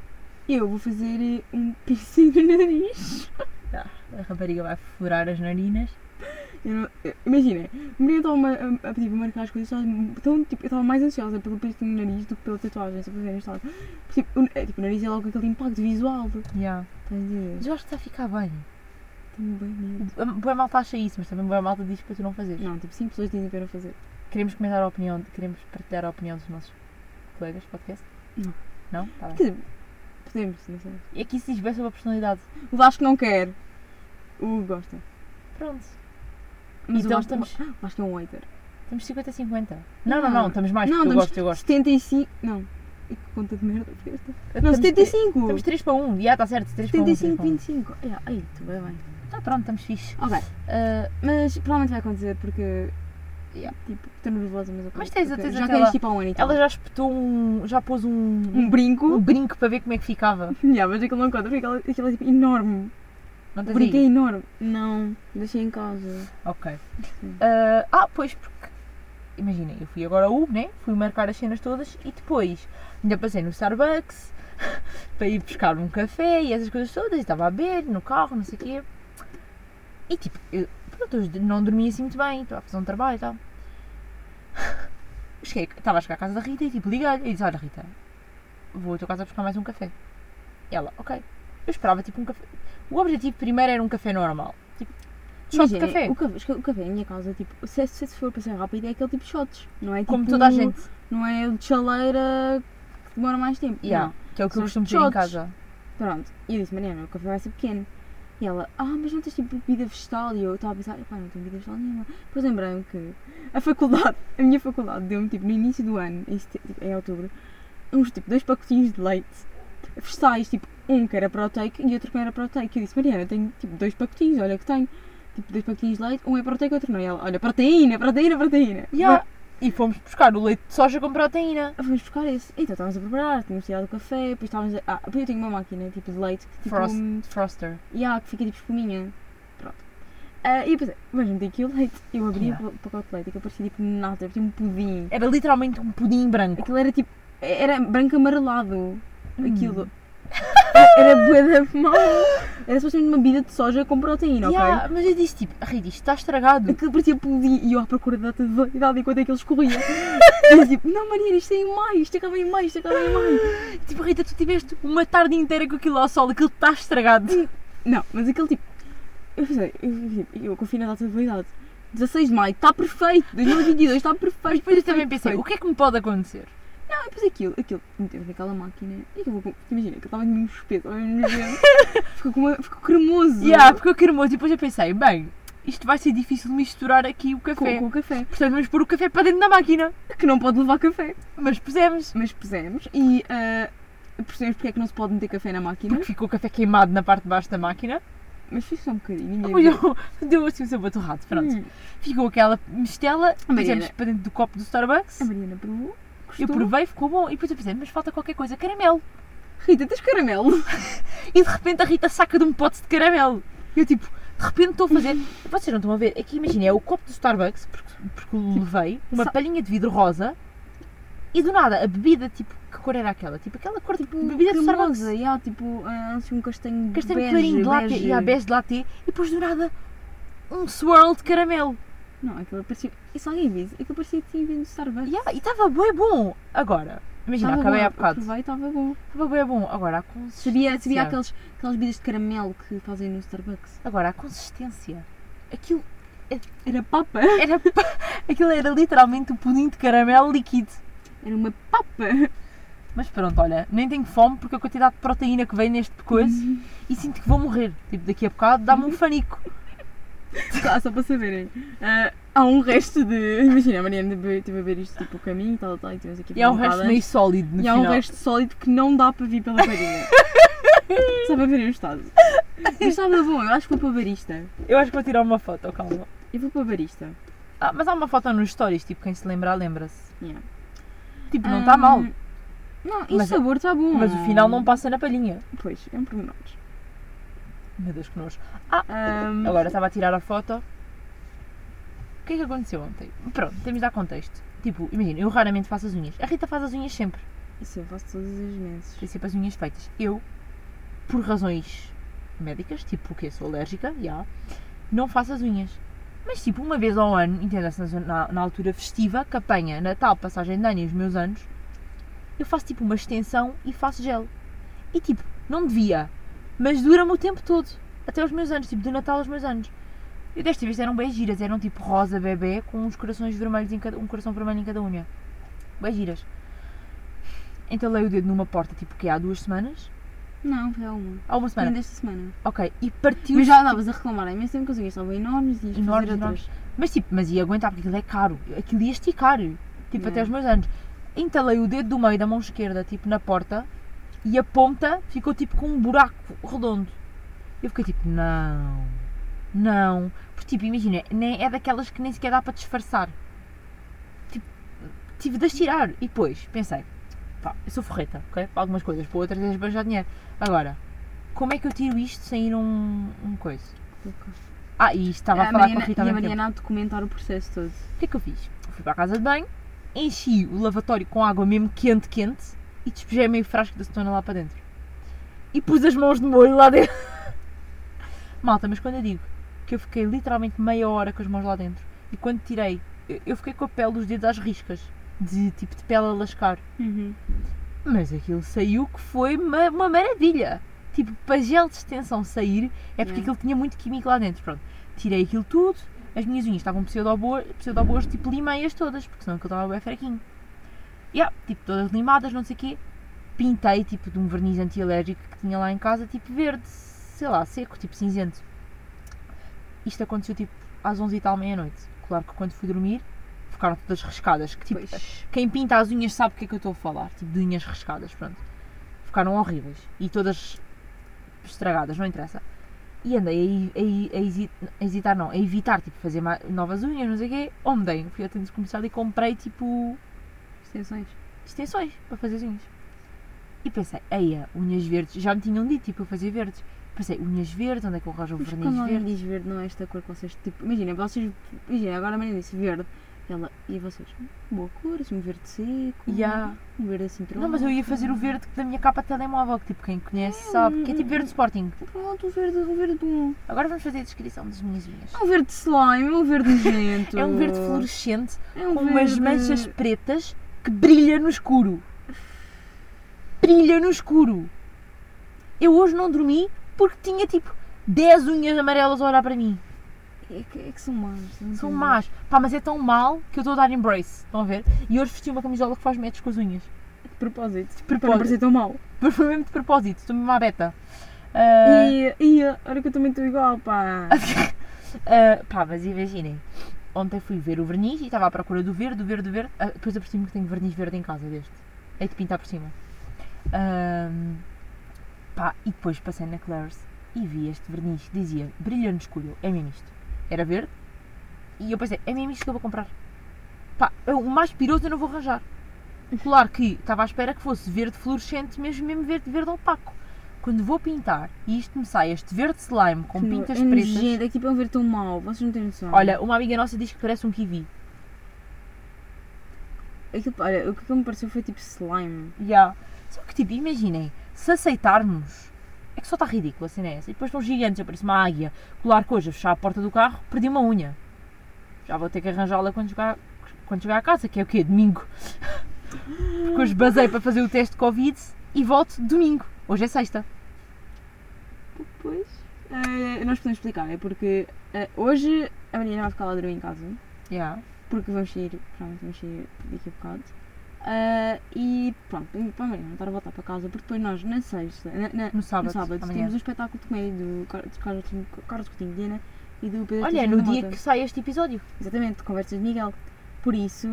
Speaker 2: eu vou fazer eh, um piercing no nariz.
Speaker 1: A rapariga vai furar as narinas.
Speaker 2: Eu não- eu- Imagina, um Maria estava a, a pedir para marcar as coisas, estava tão, tipo, eu estava mais ansiosa pelo piercing no nariz do que pela tatuagem, só para verem estado. Tipo, o, é, tipo, o nariz é logo aquele impacto visual. Estás
Speaker 1: Ya.
Speaker 2: a ver?
Speaker 1: Mas eu acho que está a ficar bem.
Speaker 2: Tenho bem medo.
Speaker 1: Boa malta acha isso, mas também boa malta diz para tu não fazeres.
Speaker 2: Não, tipo, 5 pessoas dizem para eu não fazer.
Speaker 1: Queremos comentar a opinião, queremos partilhar a opinião dos nossos colegas de podcast?
Speaker 2: Não.
Speaker 1: Não? Tá bem.
Speaker 2: Quer dizer, podemos, não sei.
Speaker 1: E aqui se diz bem sobre a personalidade.
Speaker 2: O Vasco não quer. O Hugo gosta.
Speaker 1: Pronto.
Speaker 2: Mas o
Speaker 1: então
Speaker 2: Vasco,
Speaker 1: estamos,
Speaker 2: o Vasco é um hater.
Speaker 1: estamos 50 50. Não, não,
Speaker 2: Não.
Speaker 1: não, estamos mais,
Speaker 2: Não,
Speaker 1: porque eu
Speaker 2: estamos
Speaker 1: gosto, eu gosto.
Speaker 2: 75. Não. E que conta de merda foi esta? Não,
Speaker 1: Estamos tre-
Speaker 2: 75!
Speaker 1: Estamos 3 para 1, já está certo, 3 para 1.
Speaker 2: 75, 25. Yeah, Ai, tu bem bem.
Speaker 1: Está pronto, estamos fixe.
Speaker 2: Ok,
Speaker 1: Ah,
Speaker 2: mas provavelmente vai acontecer porque.
Speaker 1: Yeah.
Speaker 2: Tipo, estou nervosa, mas eu
Speaker 1: Mas tens-
Speaker 2: porque
Speaker 1: tens
Speaker 2: Já
Speaker 1: aquela-
Speaker 2: queres tipo há um ano e tal.
Speaker 1: ela já espetou um. já pôs um.
Speaker 2: Um brinco.
Speaker 1: um brinco para ver como é que ficava.
Speaker 2: Yeah, mas aquilo não conta porque aquilo, aquilo é tipo enorme.
Speaker 1: Não
Speaker 2: O
Speaker 1: tens
Speaker 2: brinco é
Speaker 1: aí?
Speaker 2: enorme. Não, deixei em casa.
Speaker 1: Ok.
Speaker 2: Sim.
Speaker 1: Ah, ah, pois, porque. Imaginem, eu fui agora ao Uber, né? Fui marcar as cenas todas e depois ainda passei no Starbucks para ir buscar um café e essas coisas todas. E estava a beber no carro, não sei o quê. E tipo, eu, pronto, eu não dormi assim muito bem, estava a fazer um trabalho e tal. Cheguei, estava a chegar à casa da Rita e tipo, liguei-lhe e disse: Olha, Rita, vou à tua casa buscar mais um café. E ela, ok. Eu esperava tipo um café. O objetivo primeiro era um café normal. Tipo, shot de
Speaker 2: Imagina,
Speaker 1: café.
Speaker 2: O café, o café em minha casa, tipo, se, se se for para ser rápido, é aquele tipo de shots. Não é tipo.
Speaker 1: Como toda a gente.
Speaker 2: Não é o de chaleira que demora mais tempo.
Speaker 1: Yeah, Que é o que eu
Speaker 2: São
Speaker 1: costumo ter em
Speaker 2: shots.
Speaker 1: casa.
Speaker 2: Pronto, e eu disse, Mariana, o café vai ser pequeno. E ela, ah, mas não tens tipo bebida vegetal? E eu estava a pensar, pá, não tenho bebida vegetal nenhuma. Depois lembrei-me que a faculdade, a minha faculdade, deu-me tipo no início do ano, em, sete- tipo, em outubro, uns tipo dois pacotinhos de leite vegetais, tipo um que era proteico e outro que não era proteico. E eu disse, Mariana, eu tenho tipo dois pacotinhos, olha que tenho. Tipo dois pacotinhos de leite, um é proteico e outro não. E ela, olha, proteína, proteína, proteína.
Speaker 1: Yeah. E fomos buscar o leite de soja com proteína.
Speaker 2: Vamos buscar esse. Então estávamos a preparar, tínhamos tirado o café, depois estávamos a. Ah, depois eu tenho uma máquina tipo de leite que tipo.
Speaker 1: Frost. um Froster.
Speaker 2: E há que fica tipo espuminha. Pronto. Ah, e eu pensei, mas não tem aqui o leite. Eu abri
Speaker 1: Yeah.
Speaker 2: o pacote de leite, aquilo parecia tipo nata, parecia um pudim.
Speaker 1: Era literalmente um pudim branco.
Speaker 2: Aquilo era tipo, era branco
Speaker 1: Hum.
Speaker 2: amarelado. Aquilo. Era bué da mal. Era supostamente uma bebida de soja com proteína,
Speaker 1: Yeah, Mas eu disse tipo, Rita, isto está estragado.
Speaker 2: ok? Aquilo parecia pudim e eu à procura da data de validade enquanto aquilo escorria. e eu tipo, não Mariana, isto é em maio, isto acaba em maio, isto acaba em maio.
Speaker 1: Tipo, Rita, tu tiveste uma tarde inteira com aquilo ao sol, aquilo está estragado.
Speaker 2: Não, mas aquele tipo. Eu pensei, eu, tipo, eu, eu confio na data de validade. 16 de maio, está perfeito! 2022 está tá perfeito!
Speaker 1: Mas depois eu
Speaker 2: perfeito,
Speaker 1: também pensei, o
Speaker 2: perfeito.
Speaker 1: que é que me pode acontecer?
Speaker 2: Não, eu pensei aquilo, aquilo, metemos naquela máquina e aquilo, imagina, que eu estava mesmo espeto, estava mesmo nojento. ficou, com uma, ficou cremoso.
Speaker 1: Yeah, porque eu cremoso e depois eu pensei, bem, isto vai ser difícil misturar aqui o
Speaker 2: com,
Speaker 1: café.
Speaker 2: com o café.
Speaker 1: Portanto, vamos pôr o café para dentro da máquina.
Speaker 2: Que não pode levar café.
Speaker 1: Mas pusemos.
Speaker 2: Mas pusemos e ah, percebemos porque é que não se pode meter café na máquina.
Speaker 1: Porque ficou o café queimado na parte de baixo da máquina.
Speaker 2: Mas fiz só um bocadinho. ninguém
Speaker 1: Depois
Speaker 2: viu.
Speaker 1: eu- deu assim um sabor torrado, pronto.
Speaker 2: Hum.
Speaker 1: Ficou aquela mistela,
Speaker 2: Mariana.
Speaker 1: pusemos para dentro do copo do
Speaker 2: A
Speaker 1: Starbucks.
Speaker 2: Mariana provou. Gostou.
Speaker 1: Eu provei, ficou bom. E depois eu pensei, mas falta qualquer coisa, caramelo.
Speaker 2: Rita, tens caramelo?
Speaker 1: E de repente a Rita saca de um pote de caramelo. E eu tipo, de repente estou a fazer. Vocês não estão a ver? Aqui imagina, é o copo do Starbucks, porque, porque o levei, uma
Speaker 2: Tipo, Só-
Speaker 1: palhinha de vidro rosa. E do nada, a bebida, tipo, que cor era aquela? Tipo, aquela cor, tipo, bebida do Starbucks.
Speaker 2: cremosa, yeah, tipo ah, assim, um castanho
Speaker 1: Castanho
Speaker 2: bege,
Speaker 1: clarinho de latte
Speaker 2: bege.
Speaker 1: e a bege de latte. E depois do nada, um swirl de caramelo.
Speaker 2: Não, aquilo parecia. E se alguém visse, aquilo parecia que tinha vindo do Starbucks.
Speaker 1: Yeah, e estava bem bom. Agora, imagina,
Speaker 2: Tava
Speaker 1: acabei
Speaker 2: bom,
Speaker 1: há bocado.
Speaker 2: Provei, estava bom.
Speaker 1: Estava bem é bom. Agora, a consistência.
Speaker 2: Sabia, sabia aqueles, aquelas bebidas de caramelo que fazem no Starbucks?
Speaker 1: Agora, a consistência. Aquilo
Speaker 2: Era papa.
Speaker 1: era, pa- aquilo era literalmente um pudim de caramelo líquido.
Speaker 2: Era uma papa.
Speaker 1: Mas pronto, olha, nem tenho fome porque a quantidade de proteína que vem neste coisa e sinto que vou morrer. Tipo, daqui a bocado dá-me um fanico.
Speaker 2: Ah, só para saberem. ah, há um resto de. Imagina, a Mariana teve teve a ver isto tipo o caminho e tal, tal, e tivemos aqui
Speaker 1: E há um
Speaker 2: plantadas.
Speaker 1: resto meio sólido no
Speaker 2: E há
Speaker 1: final.
Speaker 2: um resto sólido que não dá para vir pela farinha. só para verem o estado. Mas estava bom, eu acho que vou para o barista.
Speaker 1: Eu acho que vou tirar uma foto, calma.
Speaker 2: Eu vou para o barista.
Speaker 1: Ah, mas há uma foto nos stories, tipo, quem se lembrar, lembra-se.
Speaker 2: Yeah.
Speaker 1: Tipo, não está
Speaker 2: Ah,
Speaker 1: mal,
Speaker 2: Não, e o
Speaker 1: Mas-
Speaker 2: sabor está bom.
Speaker 1: mas o final não passa na palhinha.
Speaker 2: Pois, é um pormenor.
Speaker 1: Meu Deus, que nojo.
Speaker 2: Ahm,
Speaker 1: Agora estava a tirar a foto. O que é que aconteceu ontem? Pronto, temos de dar contexto. Tipo, imagina, eu raramente faço as unhas. A Rita faz as unhas sempre.
Speaker 2: Isso eu faço todos os meses.
Speaker 1: Tem sempre as unhas feitas. Eu, por razões médicas, tipo porque sou alérgica, já, não faço as unhas. Mas tipo, uma vez ao ano, entenda-se na, zo- na- na altura festiva, que apanha Natal, passagem de ano e os meus anos, eu faço tipo uma extensão e faço gel. E tipo, não devia, mas dura-me o tempo todo, até os meus anos, tipo do Natal aos meus anos. E desta vez eram bem giras, eram tipo rosa bebê com uns corações vermelhos em cada, um coração vermelho em cada unha. Bem giras. Entalei o dedo numa porta, tipo que há duas semanas.
Speaker 2: Não, foi há uma.
Speaker 1: Há uma
Speaker 2: Ainda
Speaker 1: semana.
Speaker 2: desta semana.
Speaker 1: Ok, e partiu.
Speaker 2: Mas já andavas a reclamar, há imenso tempo que as unhas estavam enormes e ias fazer
Speaker 1: Enormes,
Speaker 2: outras.
Speaker 1: enormes. Mas tipo, mas ia aguentar porque aquilo é caro. Aquilo ia esticar. Tipo,
Speaker 2: Yeah.
Speaker 1: até os meus anos. Entalei o dedo do meio da mão esquerda, tipo, na porta. E a ponta ficou tipo com um buraco redondo. Eu fiquei tipo, não. Não. Porque tipo, imagina, nem é daquelas que nem sequer dá para disfarçar. Tipo, tive de as tirar. E depois, pensei, pá, eu sou forreta, ok? Para algumas coisas, para outras é esbanjar dinheiro. Agora, como é que eu tiro isto sem ir a um, um coisa? Ah, e estava a,
Speaker 2: a
Speaker 1: falar
Speaker 2: Mariana,
Speaker 1: com a Rita ao
Speaker 2: e a
Speaker 1: mesmo tempo.
Speaker 2: Mariana a documentar o processo todo.
Speaker 1: O que é que eu fiz? Fui para a casa de banho, enchi o lavatório com água mesmo quente, quente e despejei meio frasco de acetona lá para dentro. E pus as mãos de molho lá dentro. Malta, mas quando eu digo que eu fiquei literalmente meia hora com as mãos lá dentro e quando tirei, eu- eu fiquei com a pele dos dedos às riscas, de tipo de pele a lascar.
Speaker 2: Uhum.
Speaker 1: Mas aquilo saiu que foi uma, uma maravilha. Tipo, para gel de extensão sair, é porque
Speaker 2: Yeah.
Speaker 1: aquilo tinha muito químico lá dentro. Pronto, tirei aquilo tudo, as minhas unhas estavam pseudoboas, pseudoboas tipo limei-as todas, porque senão aquilo estava bem fraquinho. Yeah, tipo, todas limadas, não sei o quê. Pintei, tipo, de um verniz antialérgico que tinha lá em casa, tipo verde, sei lá, seco, tipo cinzento. Isto aconteceu, tipo, às 11 e tal, meia-noite. Claro que quando fui dormir, ficaram todas riscadas, que tipo,
Speaker 2: Pois.
Speaker 1: quem pinta as unhas sabe o que é que eu estou a falar, tipo de unhas riscadas, pronto. Ficaram horríveis e todas estragadas, não interessa. E andei a, a- a hesi- a hesitar, não, a evitar, tipo, fazer ma- novas unhas, não sei o quê. Ou me dei, fui ao centro comercial e comprei, tipo,
Speaker 2: Extensões.
Speaker 1: extensões para fazer as unhas. E pensei, eia, unhas verdes, já me tinham dito, tipo, eu fazia verdes. Pensei, unhas verdes, onde é que eu arranjo o
Speaker 2: Mas
Speaker 1: verniz
Speaker 2: quando alguém
Speaker 1: verde?
Speaker 2: diz verde, não é esta cor que vocês. Tipo, imagina, vocês. Imagina, agora a Mariana disse verde. Ela, e vocês? Boa cor, assim, um verde seco.
Speaker 1: Yeah.
Speaker 2: Um verde assim troca.
Speaker 1: Não, mas eu ia fazer o verde da minha capa de telemóvel, que tipo, quem conhece sabe, que é tipo verde Sporting.
Speaker 2: Pronto, um verde, um verde bom.
Speaker 1: Agora vamos fazer a descrição das minhas unhas.
Speaker 2: É um verde slime, é um verde nojento.
Speaker 1: É um verde fluorescente
Speaker 2: É um
Speaker 1: com umas
Speaker 2: verde-
Speaker 1: manchas pretas que brilha no escuro. Brilha no escuro. Eu hoje não dormi porque tinha tipo 10 unhas amarelas a olhar para mim.
Speaker 2: É que, é que são más. não
Speaker 1: São
Speaker 2: sei.
Speaker 1: más. Pá, mas é tão mal que eu estou a dar embrace. Estão a ver? E hoje vesti uma camisola que faz metros com as unhas.
Speaker 2: De propósito. De Para
Speaker 1: propósito.
Speaker 2: não parecer tão mal.
Speaker 1: Mas foi mesmo de propósito. Estou mesmo à beta. Ah,
Speaker 2: E, e olha que eu também estou igual, pá.
Speaker 1: Ah, pá, mas imaginem. Ontem fui ver o verniz e estava à procura do verde, do verde, do verde. Ah, depois apercebi-me que tenho verniz verde em casa deste. É de pintar por cima. Ahm, pá, e depois passei na Claire's e vi este verniz. Dizia brilhante escuro. É mesmo isto. Era verde. E eu pensei, é mesmo isto que eu vou comprar. Pá, eu- o mais piroso eu não vou arranjar. Claro que estava à espera que fosse verde fluorescente, mesmo, mesmo verde, verde opaco. Quando vou pintar e isto me sai este verde slime com pintas
Speaker 2: é
Speaker 1: pretas.
Speaker 2: nojento, aqui para ver tão mal, vocês não têm noção.
Speaker 1: Olha, uma amiga nossa diz que parece um kiwi.
Speaker 2: Aquilo, olha, o que me pareceu foi tipo slime.
Speaker 1: Já. Só que tipo, imaginem, se aceitarmos, é que só está ridículo a cena é essa. E depois estão gigantes, aparece uma águia, colar coisas, fechar a porta do carro, perdi uma unha. Já vou ter que arranjá-la quando chegar, quando chegar a casa, que é o quê? Domingo. Porque hoje basei para fazer o teste de Covid e volto domingo. Hoje é sexta.
Speaker 2: Pois. eh, nós podemos explicar, é porque eh, hoje a Mariana vai ficar lá a dormir em casa.
Speaker 1: Já.
Speaker 2: porque vamos sair, provavelmente vamos sair daqui a bocado. Ah, e pronto, e para amanhã estar a voltar para casa, porque depois nós na sexta, na, na-
Speaker 1: No sábado.
Speaker 2: no sábado,
Speaker 1: amanhã.
Speaker 2: temos o espetáculo de comédia do Car- de Carlos, Coutinho- Carlos Coutinho de Ana e do Pedro
Speaker 1: Olha, é
Speaker 2: Teixeira
Speaker 1: no
Speaker 2: da
Speaker 1: dia
Speaker 2: Mota.
Speaker 1: que sai este episódio.
Speaker 2: Exatamente, de conversas de Miguel. Por isso.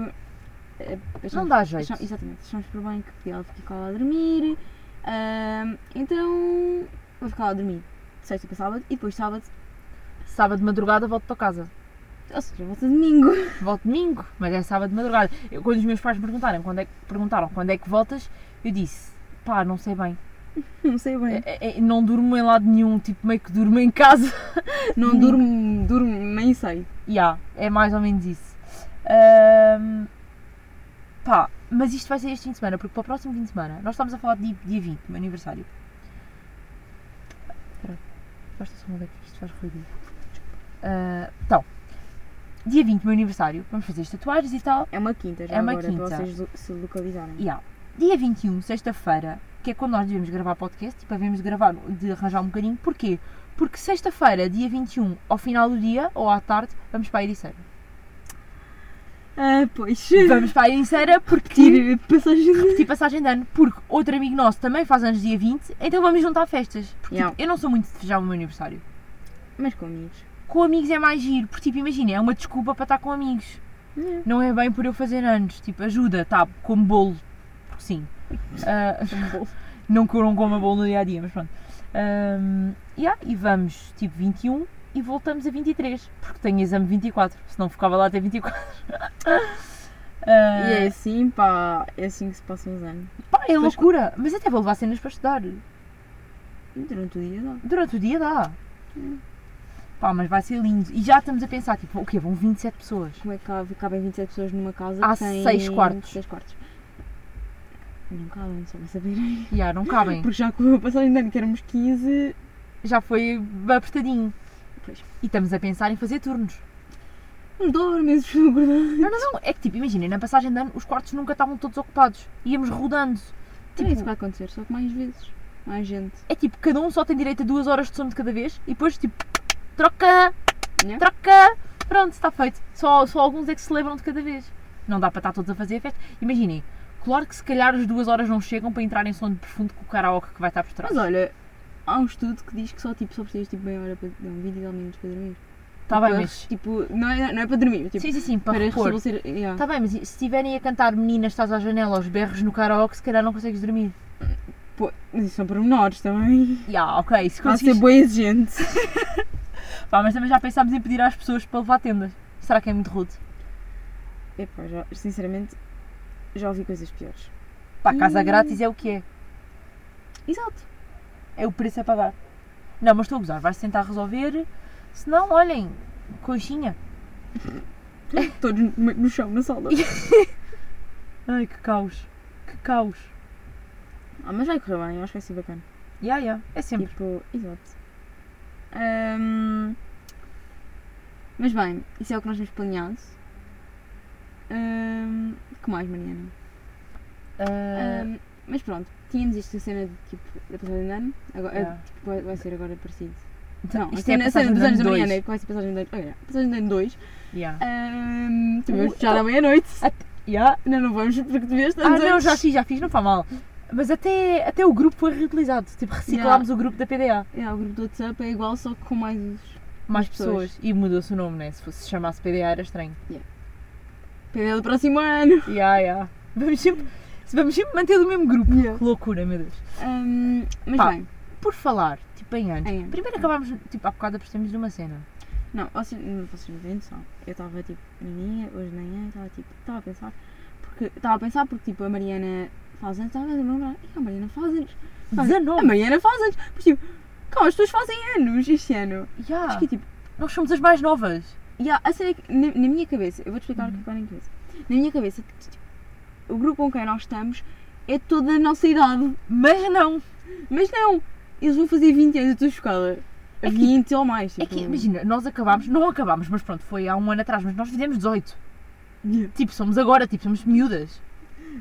Speaker 2: eh,
Speaker 1: Não
Speaker 2: achamos-
Speaker 1: dá jeito.
Speaker 2: acham- exatamente, achamos por bem que podia ela ficar lá a dormir. Ah, então. Vou ficar lá a dormir de sexta para sábado e depois sábado,
Speaker 1: Sábado de madrugada volto para casa.
Speaker 2: ou seja, volta domingo.
Speaker 1: volto domingo, mas é sábado de madrugada. Eu, quando os meus pais me perguntaram quando, é que, perguntaram quando é que voltas, eu disse, pá, não sei bem.
Speaker 2: Não sei bem.
Speaker 1: É- é- é- não durmo em lado nenhum, tipo, meio que durmo em casa.
Speaker 2: Não durmo, durmo, nem sei.
Speaker 1: E há, é mais ou menos isso. Ahm, pá, mas isto vai ser este fim de semana, porque para o próximo fim de semana, nós estamos a falar de dia 20, meu aniversário. Espera, basta só mudar aqui que isto faz ruído. Ah, então, dia 20, meu aniversário, vamos fazer as tatuagens e tal.
Speaker 2: É uma quinta, já
Speaker 1: É uma
Speaker 2: agora,
Speaker 1: quinta.
Speaker 2: para vocês lo- se localizarem.
Speaker 1: Yeah. Dia 21, sexta-feira, que é quando nós devemos gravar podcast, tipo, devemos gravar, de arranjar um bocadinho. Porquê? Porque sexta-feira, dia 21, ao final do dia ou à tarde, vamos para a Ericeira.
Speaker 2: Ah, pois.
Speaker 1: Vamos para a Ericeira porque
Speaker 2: Tire passagem de...
Speaker 1: tipo passagem de ano, porque outro amigo nosso também faz anos dia 20, então vamos juntar festas. Porque
Speaker 2: Yeah.
Speaker 1: tipo, eu não sou muito de festejar o meu aniversário.
Speaker 2: Mas com amigos.
Speaker 1: Com amigos é mais giro, porque tipo, imagina, é uma desculpa para estar com amigos.
Speaker 2: Yeah.
Speaker 1: Não é bem por eu fazer anos, tipo, ajuda, tá, como bolo, porque sim. Ah, Não que eu não coma bolo no dia a dia, mas pronto. Ahm, yeah, e vamos tipo 21 e voltamos a 23, porque tenho exame 24, senão ficava lá até 24. Ah,
Speaker 2: E é assim, pá, é assim que se passam os anos.
Speaker 1: pá, é
Speaker 2: Mas-
Speaker 1: loucura, mas até vou levar cenas para estudar.
Speaker 2: E durante o dia dá.
Speaker 1: Durante o dia dá. Pá, mas vai ser lindo. E já estamos a pensar, tipo, o quê? Vão 27 pessoas.
Speaker 2: Como é que cabe- cabem 27 pessoas numa casa
Speaker 1: Há
Speaker 2: que tem...
Speaker 1: seis quartos.
Speaker 2: 6 quartos. Não cabem, só para saber.
Speaker 1: Yeah, não cabem.
Speaker 2: Porque já com a passagem de um ano que éramos 15...
Speaker 1: Já foi apertadinho.
Speaker 2: Pois.
Speaker 1: E estamos a pensar em fazer turnos.
Speaker 2: Uns dormem, esses gordos.
Speaker 1: Não, não, não. É que tipo, imaginem, na passagem de ano os quartos nunca estavam todos ocupados. Íamos rodando.
Speaker 2: Tipo, isso vai acontecer, só que mais vezes. Mais gente.
Speaker 1: é tipo, cada um só tem direito a duas horas de sono de cada vez e depois tipo, troca,
Speaker 2: Yeah.
Speaker 1: troca, pronto, está feito. Só, só alguns é que se celebram de cada vez. Não dá para estar todos a fazer a festa. Imaginem, claro que se calhar as duas horas não chegam para entrar em sono profundo com o karaoke que vai estar por trás.
Speaker 2: Mas olha, há um estudo que diz que só, tipo, só precisas, tipo, meia hora para... Não, 20 e tal minutos para dormir.
Speaker 1: Está Tá bem,
Speaker 2: Para-
Speaker 1: mas.
Speaker 2: Tipo, não é, não é para dormir, tipo,
Speaker 1: sim, sim, sim, para
Speaker 2: para
Speaker 1: repor. Tá.
Speaker 2: restabelecer. yeah.
Speaker 1: Está bem, mas se estiverem a cantar meninas, estás à janela, aos berros no karaoke, se calhar não consegues dormir.
Speaker 2: Pô, mas isso são pormenores também.
Speaker 1: Ya, ok, se
Speaker 2: Há de ser
Speaker 1: conseguires.
Speaker 2: boa exigente.
Speaker 1: Pá, mas também já pensámos em pedir às pessoas para levar tendas. Será que é muito rude?
Speaker 2: Epá, já, sinceramente, já ouvi coisas piores.
Speaker 1: Para casa
Speaker 2: Hum.
Speaker 1: grátis é o que é.
Speaker 2: Exato.
Speaker 1: É o preço a pagar. Não, mas estou a gozar, vais tentar resolver. Se não, olhem, coxinha.
Speaker 2: Todos no, no chão, na sala.
Speaker 1: Ai, que caos. Que caos.
Speaker 2: ah, mas vai correr bem, eu acho que vai ser bacana.
Speaker 1: Ya, ya, é sempre.
Speaker 2: Tipo, exato. Ahm, mas bem, isso é o que nós temos planeado. Ahm, que mais, Mariana? Tipo,
Speaker 1: Ah,
Speaker 2: Ahm, mas pronto, tínhamos isto a cena de, tipo, da passagem de ano. Agora,
Speaker 1: Yeah.
Speaker 2: tipo, vai, vai ser agora parecido. Não,
Speaker 1: Ah. Isto
Speaker 2: isto é
Speaker 1: é
Speaker 2: a
Speaker 1: passagem
Speaker 2: cena dos
Speaker 1: de
Speaker 2: anos da
Speaker 1: ano
Speaker 2: manhã,
Speaker 1: dois.
Speaker 2: né? Que vai ser passagem de ano. Olha, passagem de ano 2.
Speaker 1: Yeah.
Speaker 2: Tivemos já da meia-noite.
Speaker 1: Yeah.
Speaker 2: Não, não vamos porque devias
Speaker 1: Ah, não, já fiz, já fiz, não faz mal. Mas até, até o grupo foi reutilizado. Tipo, reciclámos o grupo da PDA.
Speaker 2: É, o grupo do WhatsApp é igual, só que com mais.
Speaker 1: Mais
Speaker 2: Mais pessoas.
Speaker 1: pessoas. E mudou-se o nome, né? Se fosse se chamasse PDA era estranho.
Speaker 2: PDA do próximo ano.
Speaker 1: Yeah, yeah. Vamos sempre, vamos sempre manter o mesmo grupo.
Speaker 2: Yeah.
Speaker 1: Que loucura, meu Deus.
Speaker 2: Ahm, mas
Speaker 1: Pá.
Speaker 2: bem,
Speaker 1: Por falar, tipo, em anos.
Speaker 2: Em é. anos.
Speaker 1: Primeiro acabámos, tipo, há bocado apercebemos de uma cena.
Speaker 2: não, vocês não, vocês não têm noção. Eu estava tipo na minha, hoje na minha, estava tipo, estava a pensar. Porque estava a pensar porque tipo a Mariana faz anos, estava a lembrar, "Ih, a Mariana faz anos. Faz-
Speaker 1: 19.
Speaker 2: A Mariana faz anos. Mas tipo, calma, as pessoas fazem anos este ano.
Speaker 1: Yeah.
Speaker 2: Acho que tipo,
Speaker 1: Nós somos as mais novas.
Speaker 2: e há- a cena é que na, na minha cabeça, eu vou te explicar o que é que vai na minha cabeça. Na minha cabeça, tipo, o grupo com quem nós estamos é toda a nossa idade.
Speaker 1: Mas não.
Speaker 2: Mas não, eles vão fazer 20 anos da tua escola.
Speaker 1: É que-
Speaker 2: 20 ou mais. tipo,
Speaker 1: É que, imagina, nós acabámos, não acabámos, mas pronto, foi há um ano atrás, mas nós fizemos 18.
Speaker 2: Yeah.
Speaker 1: Tipo, somos agora, tipo, somos miúdas.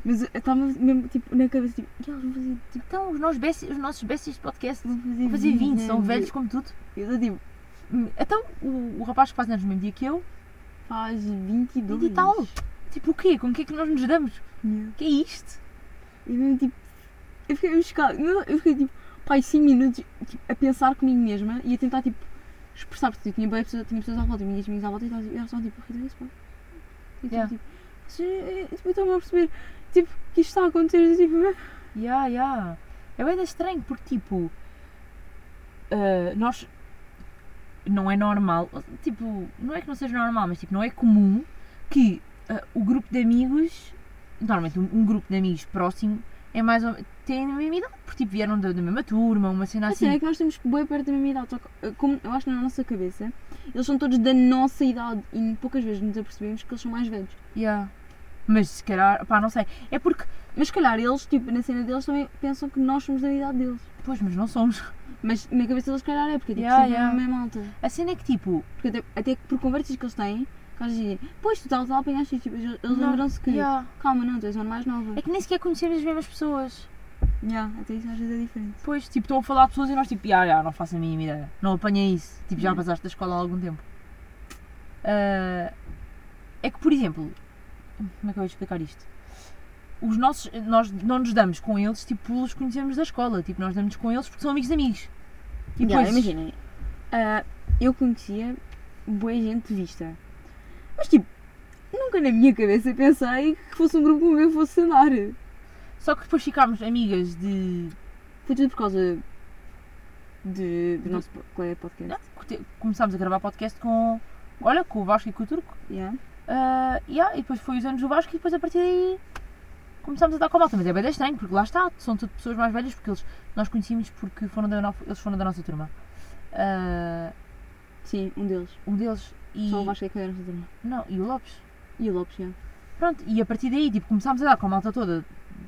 Speaker 2: Mas eu estava mesmo tipo, na cabeça, tipo, "E eles vão fazer, tipo,
Speaker 1: Então, os nossos besties, os nossos besties de podcast
Speaker 2: vão fazer,
Speaker 1: vão fazer 20, são
Speaker 2: anos."
Speaker 1: velhos como tudo.
Speaker 2: Eu estou tipo,
Speaker 1: Então, o, o rapaz que faz anos no mesmo dia que eu,
Speaker 2: faz 22.
Speaker 1: e tal. Tipo, o quê? Com o que é que nós nos damos?
Speaker 2: Yeah.
Speaker 1: O que é isto?
Speaker 2: E mesmo tipo, eu fiquei mesmo chocada. Não, Eu fiquei tipo, pai, 5 minutos tipo, a pensar comigo mesma e a tentar tipo, expressar, porque tipo, tinha, bué pessoa, tinha pessoas à volta, minhas amigas à volta e elas elas estavam tipo, Rita, isso, pá. E
Speaker 1: Yeah.
Speaker 2: tipo, tipo, "Vocês, eh, tipo, eu estou-me a perceber, tipo, que isto está a acontecer, e, tipo,
Speaker 1: Ya, ya. É bem estranho, porque tipo. ah, nós. Não é normal. Tipo, não é que não seja normal, mas tipo, não é comum que ah, o grupo de amigos. Normalmente, um, um grupo de amigos próximo é mais ou tem a mesma idade, porque tipo, vieram da, da mesma turma, uma cena
Speaker 2: A
Speaker 1: assim.
Speaker 2: cena é que nós estamos bem perto da mesma idade, só que, eh, como eu acho na nossa cabeça, eles são todos da nossa idade e poucas vezes nos apercebemos que eles são mais velhos.
Speaker 1: Ya. Mas se calhar, pá, não sei. É porque.
Speaker 2: Mas se calhar eles, tipo, na cena deles também pensam que nós somos da idade deles.
Speaker 1: Pois, mas não somos.
Speaker 2: Mas na cabeça deles, se calhar é, porque tipo,
Speaker 1: Yeah,
Speaker 2: sempre é a
Speaker 1: yeah.
Speaker 2: mesma malta.
Speaker 1: A cena é que tipo.
Speaker 2: Porque até, até que por conversas que eles têm, que eles dizem, pois tu tal, tal, apanhaste isto", tipo, eles eles
Speaker 1: não-
Speaker 2: lembram-se que,
Speaker 1: ya.
Speaker 2: calma, não, tu és uma mais nova.
Speaker 1: É que nem sequer conhecemos as mesmas pessoas.
Speaker 2: Yeah, até isso às vezes é diferente.
Speaker 1: Pois, tipo, estão a falar de pessoas e nós, tipo, ah, já, não faço a mínima ideia. Não apanhei isso. Tipo, já
Speaker 2: Yeah.
Speaker 1: passaste da escola há algum tempo. Ah, é que, por exemplo, como é que eu vou explicar isto? Os nossos, nós não nos damos com eles, tipo, pelos que conhecemos da escola. Tipo, nós damos com eles porque são amigos de amigos. E
Speaker 2: Yeah,
Speaker 1: depois,
Speaker 2: Imaginem, ah, eu conhecia boa gente de vista, mas tipo, nunca na minha cabeça pensei que fosse um grupo com quem eu fosse andar.
Speaker 1: Só que depois ficámos amigas de...
Speaker 2: Foi tudo por causa de, do nosso colega de podcast.
Speaker 1: Não, curte- começámos a gravar podcast com... Olha, com o Vasco e com o Turco.
Speaker 2: Yeah.
Speaker 1: Ah, yeah, e depois foi os anos do Vasco e depois a partir daí começámos a dar com a malta, mas é bem estranho, porque lá está, são tudo pessoas mais velhas, porque eles, nós conhecíamos porque foram da, no- eles foram da nossa turma. Ah,
Speaker 2: Sim, um deles.
Speaker 1: um deles e,
Speaker 2: Só o Vasco é que era nossa turma.
Speaker 1: não, e o Lopes.
Speaker 2: E o Lopes, yeah.
Speaker 1: Pronto, e a partir daí tipo, começámos a dar com a malta toda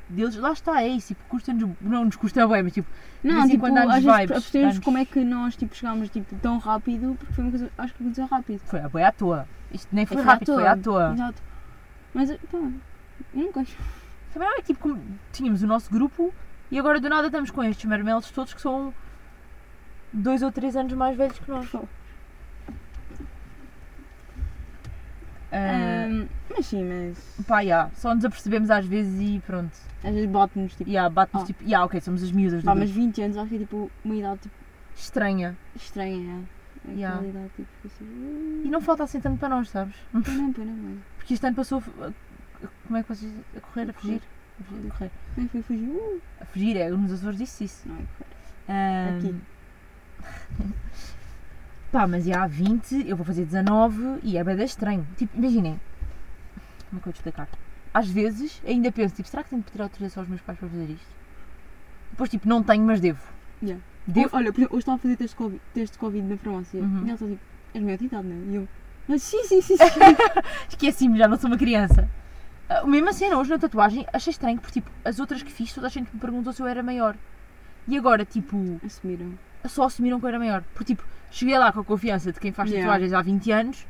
Speaker 1: deles, lá está, é isso, tipo, custa-nos, não nos custa bem, mas tipo,
Speaker 2: Não,
Speaker 1: vez em
Speaker 2: tipo,
Speaker 1: quando dá-nos
Speaker 2: às vezes
Speaker 1: vibes,
Speaker 2: percebemos
Speaker 1: dá-nos-
Speaker 2: como é que nós tipo, chegámos tipo, tão rápido, porque foi uma coisa, acho que aconteceu rápido.
Speaker 1: foi, foi à toa. Isto nem foi
Speaker 2: É foi à
Speaker 1: rápido, foi
Speaker 2: toa.
Speaker 1: à toa.
Speaker 2: Exato. Mas, pá, eu não gosto.
Speaker 1: Também não é que tipo, como tínhamos o nosso grupo e agora do nada estamos com estes marmelos todos que são dois ou três anos mais velhos que nós. Ah,
Speaker 2: Ahm, mas sim, mas
Speaker 1: pá, já, só nos apercebemos às vezes e pronto.
Speaker 2: às vezes bate-nos, tipo,
Speaker 1: Yeah, bate-nos
Speaker 2: Ah.
Speaker 1: tipo, yeah, ok, somos as miúdas do
Speaker 2: pá, mas
Speaker 1: grupo.
Speaker 2: 20 anos acho que é tipo uma idade tipo,
Speaker 1: Estranha.
Speaker 2: estranha, é? Aquela
Speaker 1: Yeah.
Speaker 2: idade tipo, que assim, então
Speaker 1: E não falta assim tanto para nós, sabes?
Speaker 2: "Pois não, pois não, mãe.
Speaker 1: Porque este ano passou. a- Como é que vocês. a correr, a fugir? A fugir, a correr.
Speaker 2: Nem foi fugir, uh,
Speaker 1: A fugir, é, nos Açores disse isso.
Speaker 2: não é
Speaker 1: Ahm,
Speaker 2: Aqui.
Speaker 1: Pá, mas já há 20, eu vou fazer 19 e é bem estranho. Tipo, imaginem. Como é que eu vou te explicar? Às vezes ainda penso, tipo, será que tenho que pedir autorização aos meus pais para fazer isto? Depois, tipo, não tenho, mas devo.
Speaker 2: Yeah.
Speaker 1: Devo?
Speaker 2: Ou- Olha, por exemplo, hoje estava a fazer teste de Covid, teste de COVID na farmácia
Speaker 1: Uhum.
Speaker 2: e ela estava tipo, és maior de idade, não é? E eu, mas sim, sim, sim, sim.
Speaker 1: Esqueci-me, já não sou uma criança. Ah, A mesma cena assim, hoje na tatuagem, achei estranho, porque, tipo, as outras que fiz, toda a gente me perguntou se eu era maior. E agora, tipo,
Speaker 2: Assumiram.
Speaker 1: só assumiram que eu era maior. Porque, tipo, cheguei lá com a confiança de quem faz
Speaker 2: Yeah.
Speaker 1: tatuagens há 20 anos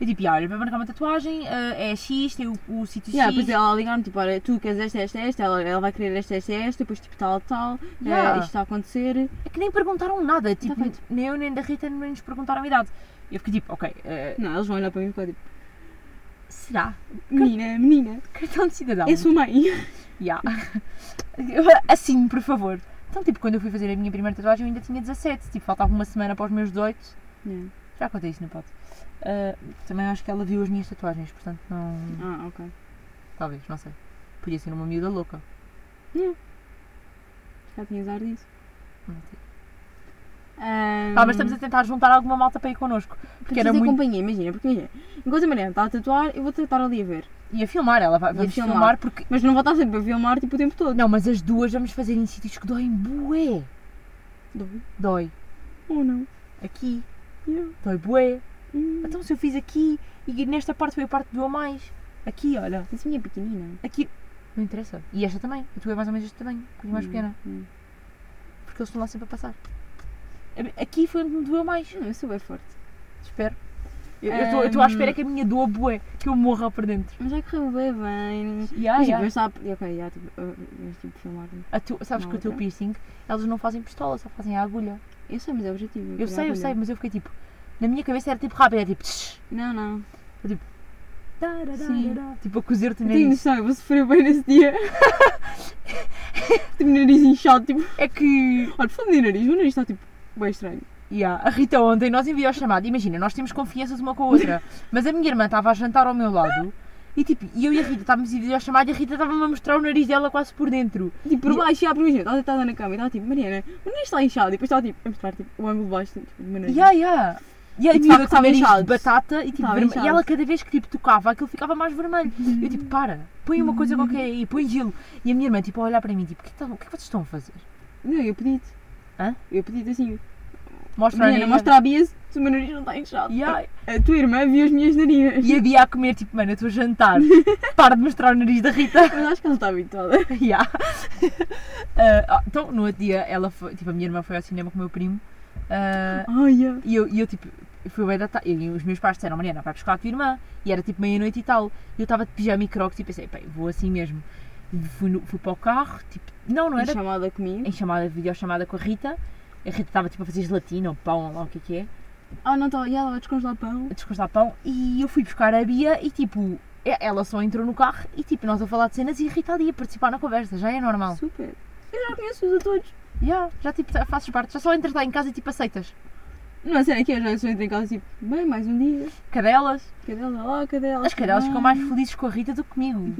Speaker 1: Eu tipo, "Ya, olha, para marcar uma tatuagem ah, é X, tem o, o sítio
Speaker 2: Yeah,
Speaker 1: X.
Speaker 2: depois ela ligar-me, tipo, olha, tu queres esta, esta, esta, ela, ela vai querer esta, esta, esta, depois tipo tal, tal, eh,
Speaker 1: Yeah.
Speaker 2: isto está a acontecer.
Speaker 1: É que nem perguntaram nada, tipo,
Speaker 2: Tá feito.
Speaker 1: nem eu nem da Rita nem nos perguntaram a idade. Eu fiquei tipo, ok, eh,
Speaker 2: Não, eles vão olhar para mim e ficar tipo,
Speaker 1: será?
Speaker 2: menina, menina,
Speaker 1: Cartão de cidadão.
Speaker 2: é sua mãe.
Speaker 1: Ya. Assim, por favor. Então, tipo, quando eu fui fazer a minha primeira tatuagem, eu ainda tinha 17. Tipo, faltava uma semana para os meus 18.
Speaker 2: Yeah.
Speaker 1: Já contei isso, não pode? Ah, também acho que ela viu as minhas tatuagens, portanto, não.
Speaker 2: Ah, ok.
Speaker 1: Talvez, não sei. Podia ser uma miúda louca.
Speaker 2: Já tinhas ar disso.
Speaker 1: Não sei.
Speaker 2: Ahm,
Speaker 1: Ah, mas estamos a tentar juntar alguma malta para ir connosco.
Speaker 2: Porque
Speaker 1: era
Speaker 2: era muito...
Speaker 1: muito-
Speaker 2: companhia, imagina, porque imagina, enquanto a Mariana está a tatuar, eu vou tentar ali a ver.
Speaker 1: E a filmar, ela vai.
Speaker 2: E a
Speaker 1: Vamos
Speaker 2: filmar.
Speaker 1: filmar. porque.
Speaker 2: Mas não vou estar sempre a filmar tipo o tempo todo.
Speaker 1: Não, mas as duas vamos fazer em sítios que doem bué.
Speaker 2: Dói.
Speaker 1: Dói.
Speaker 2: Ou não.
Speaker 1: Aqui.
Speaker 2: Yeah.
Speaker 1: Dói bué.
Speaker 2: Hum.
Speaker 1: Então, se eu fiz aqui e nesta parte foi a parte que doeu mais. Aqui, olha.
Speaker 2: Essa minha é pequenina.
Speaker 1: Aqui. Não interessa. E esta também. A tua é mais ou menos este tamanho. Um bocadinho mais
Speaker 2: Hum,
Speaker 1: pequena.
Speaker 2: hum.
Speaker 1: Porque eles estão lá sempre a passar. A- Aqui foi onde me doeu mais.
Speaker 2: Não, eu sou bem forte.
Speaker 1: Espero. Eu eu estou- eu
Speaker 2: Hum.
Speaker 1: estou à espera que a minha doa bué. Que eu morra por dentro.
Speaker 2: Mas já correu bem, bem.
Speaker 1: Ya,
Speaker 2: Mas,
Speaker 1: ya.
Speaker 2: tipo, eu estava. e, Ok, já, tipo, eu- mas tipo, filmar.
Speaker 1: A tu- sabes que o teu
Speaker 2: Outra.
Speaker 1: piercing, eles não fazem pistola, só fazem a agulha.
Speaker 2: Eu sei, mas é o objetivo.
Speaker 1: Eu
Speaker 2: quero
Speaker 1: sei, eu
Speaker 2: agulha.
Speaker 1: sei, mas eu fiquei tipo. Na minha cabeça era tipo rápido, era tipo. tsh,
Speaker 2: Não, não.
Speaker 1: tarará,
Speaker 2: Sim.
Speaker 1: tarará, Tipo a cozer-te
Speaker 2: Eu tenho
Speaker 1: nariz.
Speaker 2: noção, eu vou sofrer bem nesse dia. tipo, nariz inchado, tipo.
Speaker 1: É que.
Speaker 2: Olha, falando de nariz, o meu nariz está tipo. Bem estranho.
Speaker 1: Ya, A Rita ontem, nós em videochamada, imagina, nós temos confianças uma com a outra, mas a minha irmã estava a jantar ao meu lado e tipo, e eu e a Rita estávamos em videochamada e a Rita estava-me a mostrar o nariz dela quase por dentro.
Speaker 2: Tipo, por
Speaker 1: E-
Speaker 2: baixo, já, por imagina, ela está na cama e está tipo, Mariana, o nariz está inchado. E depois está tipo, a mostrar tipo, o ângulo de baixo, tipo, do meu nariz.
Speaker 1: Ya, ya. E tipo, a
Speaker 2: E de
Speaker 1: miúda com
Speaker 2: facto
Speaker 1: o
Speaker 2: estava
Speaker 1: nariz de
Speaker 2: inchado.
Speaker 1: batata e, tipo,
Speaker 2: Estava
Speaker 1: vermelho. e
Speaker 2: inchado.
Speaker 1: ela cada vez que tipo, tocava aquilo ficava mais vermelho. Eu tipo, para, põe uma coisa qualquer aí, põe gelo. E a minha irmã tipo a olhar para mim, tipo, o que, é que estão- o que é que vocês estão a fazer?
Speaker 2: Não, eu pedi-te.
Speaker 1: Hã?
Speaker 2: Eu pedi-te assim.
Speaker 1: Mostra
Speaker 2: Mariana,
Speaker 1: a
Speaker 2: mostra a Bia se o meu nariz não está inchado.
Speaker 1: Ya.
Speaker 2: A tua irmã viu as minhas narinas.
Speaker 1: E a Bia a comer, tipo, mano, eu estou a jantar, para de mostrar o nariz da Rita.
Speaker 2: Mas acho que ela está habituada.
Speaker 1: Yeah. Ah, ah, então, no outro dia, ela foi, tipo, a minha irmã foi ao cinema com o meu primo ah,
Speaker 2: Oh, yeah.
Speaker 1: e, eu, e eu, tipo, fui bem da tarde. E os meus pais disseram, Mariana, vai buscar a tua irmã. E era tipo meia-noite e tal. E eu estava de pijama e crocs e pensei, bem, vou assim mesmo. E Fui, no- fui para o carro, tipo, não, não
Speaker 2: E
Speaker 1: era.
Speaker 2: chamada comigo.
Speaker 1: Em chamada, videochamada com a Rita. A Rita estava tipo a fazer gelatina ou pão, ou lá o que é que é,
Speaker 2: Ah, não está. E ela vai descongelar pão.
Speaker 1: a descongelar pão. E eu fui buscar a Bia e tipo, e- ela só entrou no carro e tipo, nós a falar de cenas e a Rita ali a participar na conversa, já é normal.
Speaker 2: Super. Eu já conheço-os a todos.
Speaker 1: Ya, já tipo tá- fazes parte, já só entras lá em casa e tipo aceitas.
Speaker 2: Não, a cena é que eu já só entro em casa tipo, bem, mais um dia.
Speaker 1: Cadelas,
Speaker 2: Cadê ela? lá cadê ela?
Speaker 1: as cadelas ficam mais felizes com a Rita do que comigo.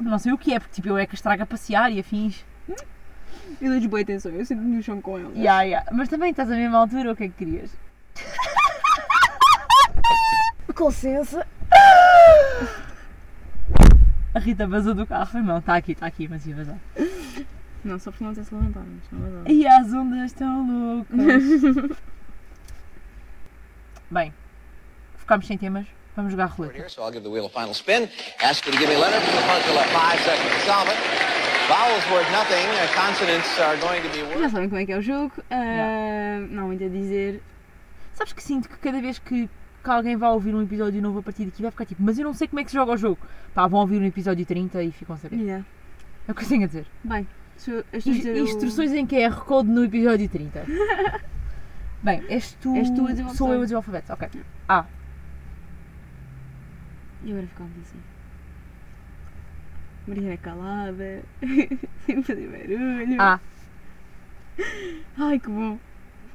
Speaker 1: Não sei o que é, porque tipo eu é que as trago a passear e afins.
Speaker 2: Eu dou-lhes boa atenção. Eu sinto-me no chão com ela.
Speaker 1: Ya, ya. Mas também estás à mesma altura, o que é que querias?
Speaker 2: Com licença.
Speaker 1: A Rita vazou do carro, irmão, está aqui, está aqui, mas ia vazar.
Speaker 2: Não, só porque não tem se levantado. Mas não vai dar.
Speaker 1: E as ondas estão loucas. Bem, ficámos sem temas, vamos jogar
Speaker 3: over
Speaker 1: roleta.
Speaker 3: here, so I'll give the wheel a final spin. Ask you to give me letters from the front to left, five seconds to solve it. Vowels worth nothing. Uh, Consonants are going to be worth.
Speaker 2: Já sabem como é que é o jogo. Ah, Não há muito a dizer.
Speaker 1: Sabes que sinto que cada vez que, que alguém vai ouvir um episódio novo a partir daqui vai ficar tipo, mas eu não sei como é que se joga o jogo. Pá, vão ouvir um episódio 30 e ficam a saber.
Speaker 2: Yeah.
Speaker 1: É o que eu tenho a dizer.
Speaker 2: Bem, se eu, eu estou a
Speaker 1: Inst-
Speaker 2: dizer o-
Speaker 1: Instruções em QR Code no episódio 30. Bem, és tu.
Speaker 2: És tu a dizer o
Speaker 1: Sou eu a
Speaker 2: alfabeto.
Speaker 1: dizer o alfabeto, ok.
Speaker 2: E agora ficámos assim. Mariana calada, sem fazer barulho.
Speaker 1: A,
Speaker 2: Ai que bom!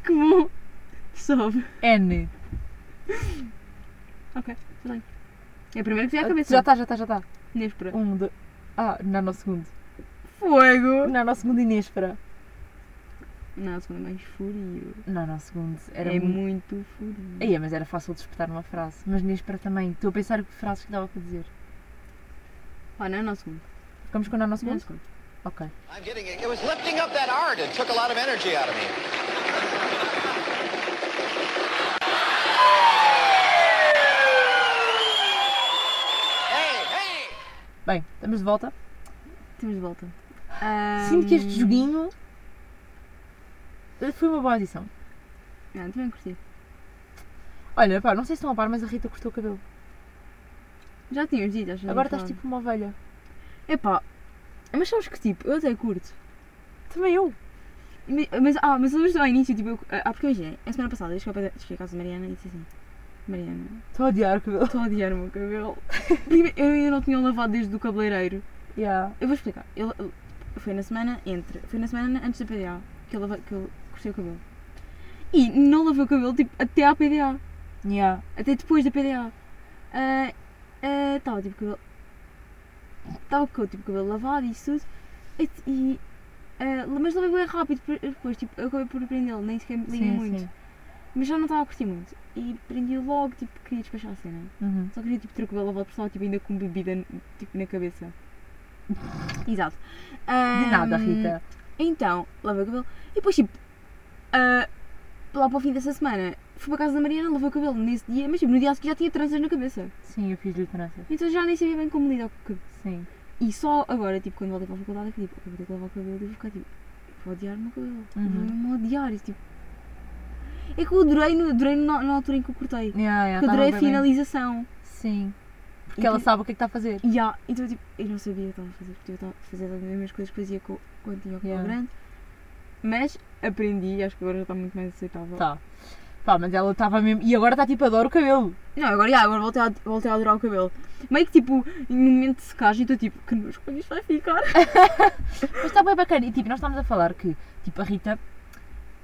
Speaker 2: Que bom! Sobe.
Speaker 1: N.
Speaker 2: Ok, tudo bem. É a primeira que vem à cabeça.
Speaker 1: Ah, Já está, já está, já está.
Speaker 2: Néspera.
Speaker 1: Um, dois. Ah, nanosegundo.
Speaker 2: Fogo!
Speaker 1: Nanosegundo Inéspera.
Speaker 2: Não, a segunda é mais fúrio.
Speaker 1: Nanosegundo. Era
Speaker 2: é
Speaker 1: muito.
Speaker 2: muito fúrio.
Speaker 1: Aí, mas era fácil de espetar numa frase. Mas Inéspera também. Estou a pensar que frases que dava para dizer.
Speaker 2: Pá, não é o nosso segundo.
Speaker 1: Ficamos com
Speaker 2: Não é o
Speaker 1: nanosegundo?
Speaker 2: segundo.
Speaker 1: Ok.
Speaker 3: I'm getting it. It was lifting up that art. It took a lot of energy out of me. Hey, hey!
Speaker 1: Bem, estamos de volta.
Speaker 2: Temos de volta. Ah,
Speaker 1: Sinto que este joguinho. eh, Foi uma boa adição.
Speaker 2: Não, também curti.
Speaker 1: Olha, pá, não sei se estão a par, mas a Rita cortou o cabelo.
Speaker 2: Já tínhamos dito, acho que já
Speaker 1: Agora estás
Speaker 2: tínhamos
Speaker 1: tipo uma ovelha.
Speaker 2: falado. Epá, mas sabes que tipo, eu até curto.
Speaker 1: Também eu.
Speaker 2: Mas, mas- ah, mas vamos ao início, tipo, eu, ah, porque imagina, a semana passada eu cheguei ao pé da- cheguei à casa da Mariana e disse assim: Mariana,
Speaker 1: Estou a odiar o cabelo.
Speaker 2: estou a odiar o meu cabelo. Primeiro, eu ainda não tinha o lavado desde o cabeleireiro.
Speaker 1: Yeah.
Speaker 2: Eu vou explicar. Eu, eu- foi na semana entre. Foi na semana antes da PDA que eu, lava- que eu cortei o cabelo. E não lavei o cabelo tipo, até à PDA.
Speaker 1: Yeah.
Speaker 2: Até depois da PDA. Estava Ah, tipo o cabelo. Estava com tipo, o cabelo lavado e isso tudo. E. e, ah, mas lavei bem rápido por- depois, tipo, eu acabei por prendê-lo, nem sequer me liguei
Speaker 1: Sim,
Speaker 2: muito.
Speaker 1: sim.
Speaker 2: Mas já não estava a curtir muito. E prendi logo, tipo, queria despachar a cena.
Speaker 1: Uhum.
Speaker 2: Só queria tipo ter o cabelo lavado por cima, tipo, ainda com bebida tipo, na cabeça. Exato.
Speaker 1: De nada,
Speaker 2: Ahm,
Speaker 1: Rita.
Speaker 2: Então, lavei o cabelo. E depois, tipo, ah, lá para o fim dessa semana, fui para casa da Mariana, lavei o cabelo nesse dia, mas tipo, no dia a seguir já tinha tranças na cabeça.
Speaker 1: Sim, eu fiz-lhe tranças.
Speaker 2: Então já nem sabia bem como lidar com o cabelo.
Speaker 1: Sim.
Speaker 2: E só agora, tipo, quando voltei para a faculdade, é que tipo, eu vou ter que lavar o cabelo e vou ficar tipo, vou odiar o meu cabelo.
Speaker 1: Uhum.
Speaker 2: Vou-me odiar. E, tipo, é que eu adorei, no, adorei na, na altura em que eu cortei.
Speaker 1: Yeah, yeah,
Speaker 2: Porque eu
Speaker 1: tava
Speaker 2: adorei a
Speaker 1: bem, bem.
Speaker 2: finalização.
Speaker 1: Sim. Porque
Speaker 2: E
Speaker 1: ela
Speaker 2: que-
Speaker 1: sabe o que é que está a fazer.
Speaker 2: E há- então tipo, eu não sabia o que estava a fazer, porque eu estava a fazer as mesmas coisas que fazia co- quando tinha o cabelo
Speaker 1: Yeah.
Speaker 2: grande. Mas aprendi e acho que agora já está muito mais aceitável.
Speaker 1: Tá. Pá, mas ela estava mesmo. E agora está tipo, adoro o cabelo.
Speaker 2: Não, agora, já, agora voltei, a, voltei a adorar o cabelo. Meio que tipo, no momento de secagem, estou tipo, que nos isto vai ficar.
Speaker 1: Mas está bem bacana. E tipo, nós estamos a falar que tipo, a Rita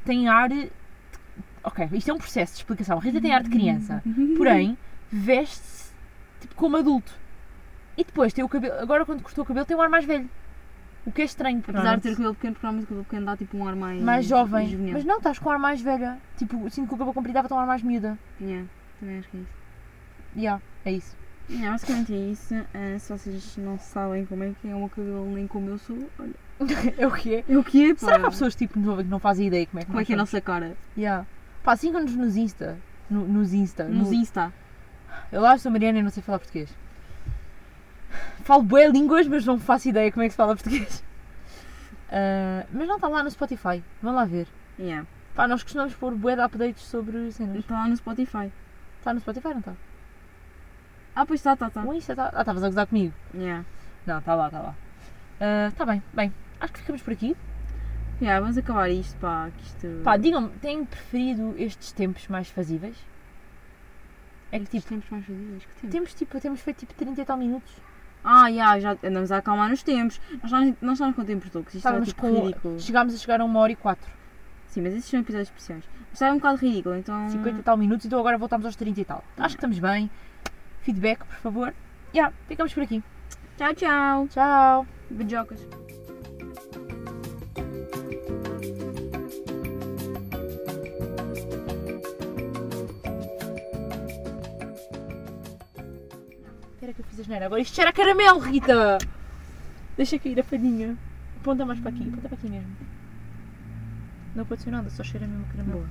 Speaker 1: tem ar. de- Ok, isto é um processo de explicação. A Rita tem ar de criança. Porém, veste-se tipo, como adulto. E depois tem o cabelo. Agora quando cortou o cabelo tem um ar mais velho. O que é estranho, porque
Speaker 2: Apesar de ter
Speaker 1: normalmente-
Speaker 2: o cabelo pequeno, porque normalmente o cabelo pequeno dá tipo um ar mais.
Speaker 1: mais jovem.
Speaker 2: juvenil.
Speaker 1: Mas não, estás com um ar mais velha. Tipo, sinto que o cabelo comprido dava-te um ar mais miúda.
Speaker 2: Yeah, também acho que é isso.
Speaker 1: Yeah, é isso.
Speaker 2: Yeah, basicamente é isso. Ah, se vocês não sabem como é que é o meu cabelo, nem como eu sou, olha.
Speaker 1: é o que é.
Speaker 2: É o que é, pá.
Speaker 1: Será que há pessoas tipo nos ouvem que não fazem ideia como é que
Speaker 2: Como é
Speaker 1: nós
Speaker 2: que é a
Speaker 1: somos?
Speaker 2: nossa cara?
Speaker 1: Yeah. Pá, sigam-nos nos Insta. No- nos Insta.
Speaker 2: Nos
Speaker 1: no-
Speaker 2: Insta.
Speaker 1: Eu lá sou Mariana e não sei falar português. Falo boé línguas, mas não faço ideia como é que se fala português. Ah, mas não está lá no Spotify. Vão lá ver.
Speaker 2: Yeah.
Speaker 1: Pá, nós costumamos pôr bué de updates sobre cenas.
Speaker 2: Está Então, tá lá no Spotify.
Speaker 1: Está no Spotify, não está?
Speaker 2: Ah, pois está, está, está.
Speaker 1: O Insta está. Ah, estavas a gozar comigo.
Speaker 2: Yeah.
Speaker 1: Não, está lá, está lá. Está bem, bem. Acho que ficamos por aqui.
Speaker 2: Yeah, vamos acabar isto, pá. é Que isto...
Speaker 1: Pá, digam-me, têm preferido estes tempos mais fazíveis? É que tipo,
Speaker 2: Temos mais fodidas que temos.
Speaker 1: temos, tipo, temos feito tipo 30 e tal minutos.
Speaker 2: Ah, yeah, já andamos a acalmar nos tempos. Nós já- nós estávamos com tempos loucos. Isto
Speaker 1: Estávamos
Speaker 2: era tipo
Speaker 1: com.
Speaker 2: ridículo.
Speaker 1: Chegámos a chegar a uma hora e quatro.
Speaker 2: Sim, mas esses são episódios especiais. Mas estava um bocado ridículo, então.
Speaker 1: 50 e tal minutos, então agora voltamos aos 30 e tal. Acho que estamos bem. Feedback, por favor. Já, ficamos por aqui.
Speaker 2: Tchau, tchau.
Speaker 1: Tchau!
Speaker 2: Beijocas.
Speaker 1: Espera que eu fiz a geneira. Agora isto cheira a caramelo, Rita! Deixa cair a fadinha. Aponta mais para aqui. Aponta para aqui mesmo. Não aconteceu nada, só cheira mesmo a caramelo.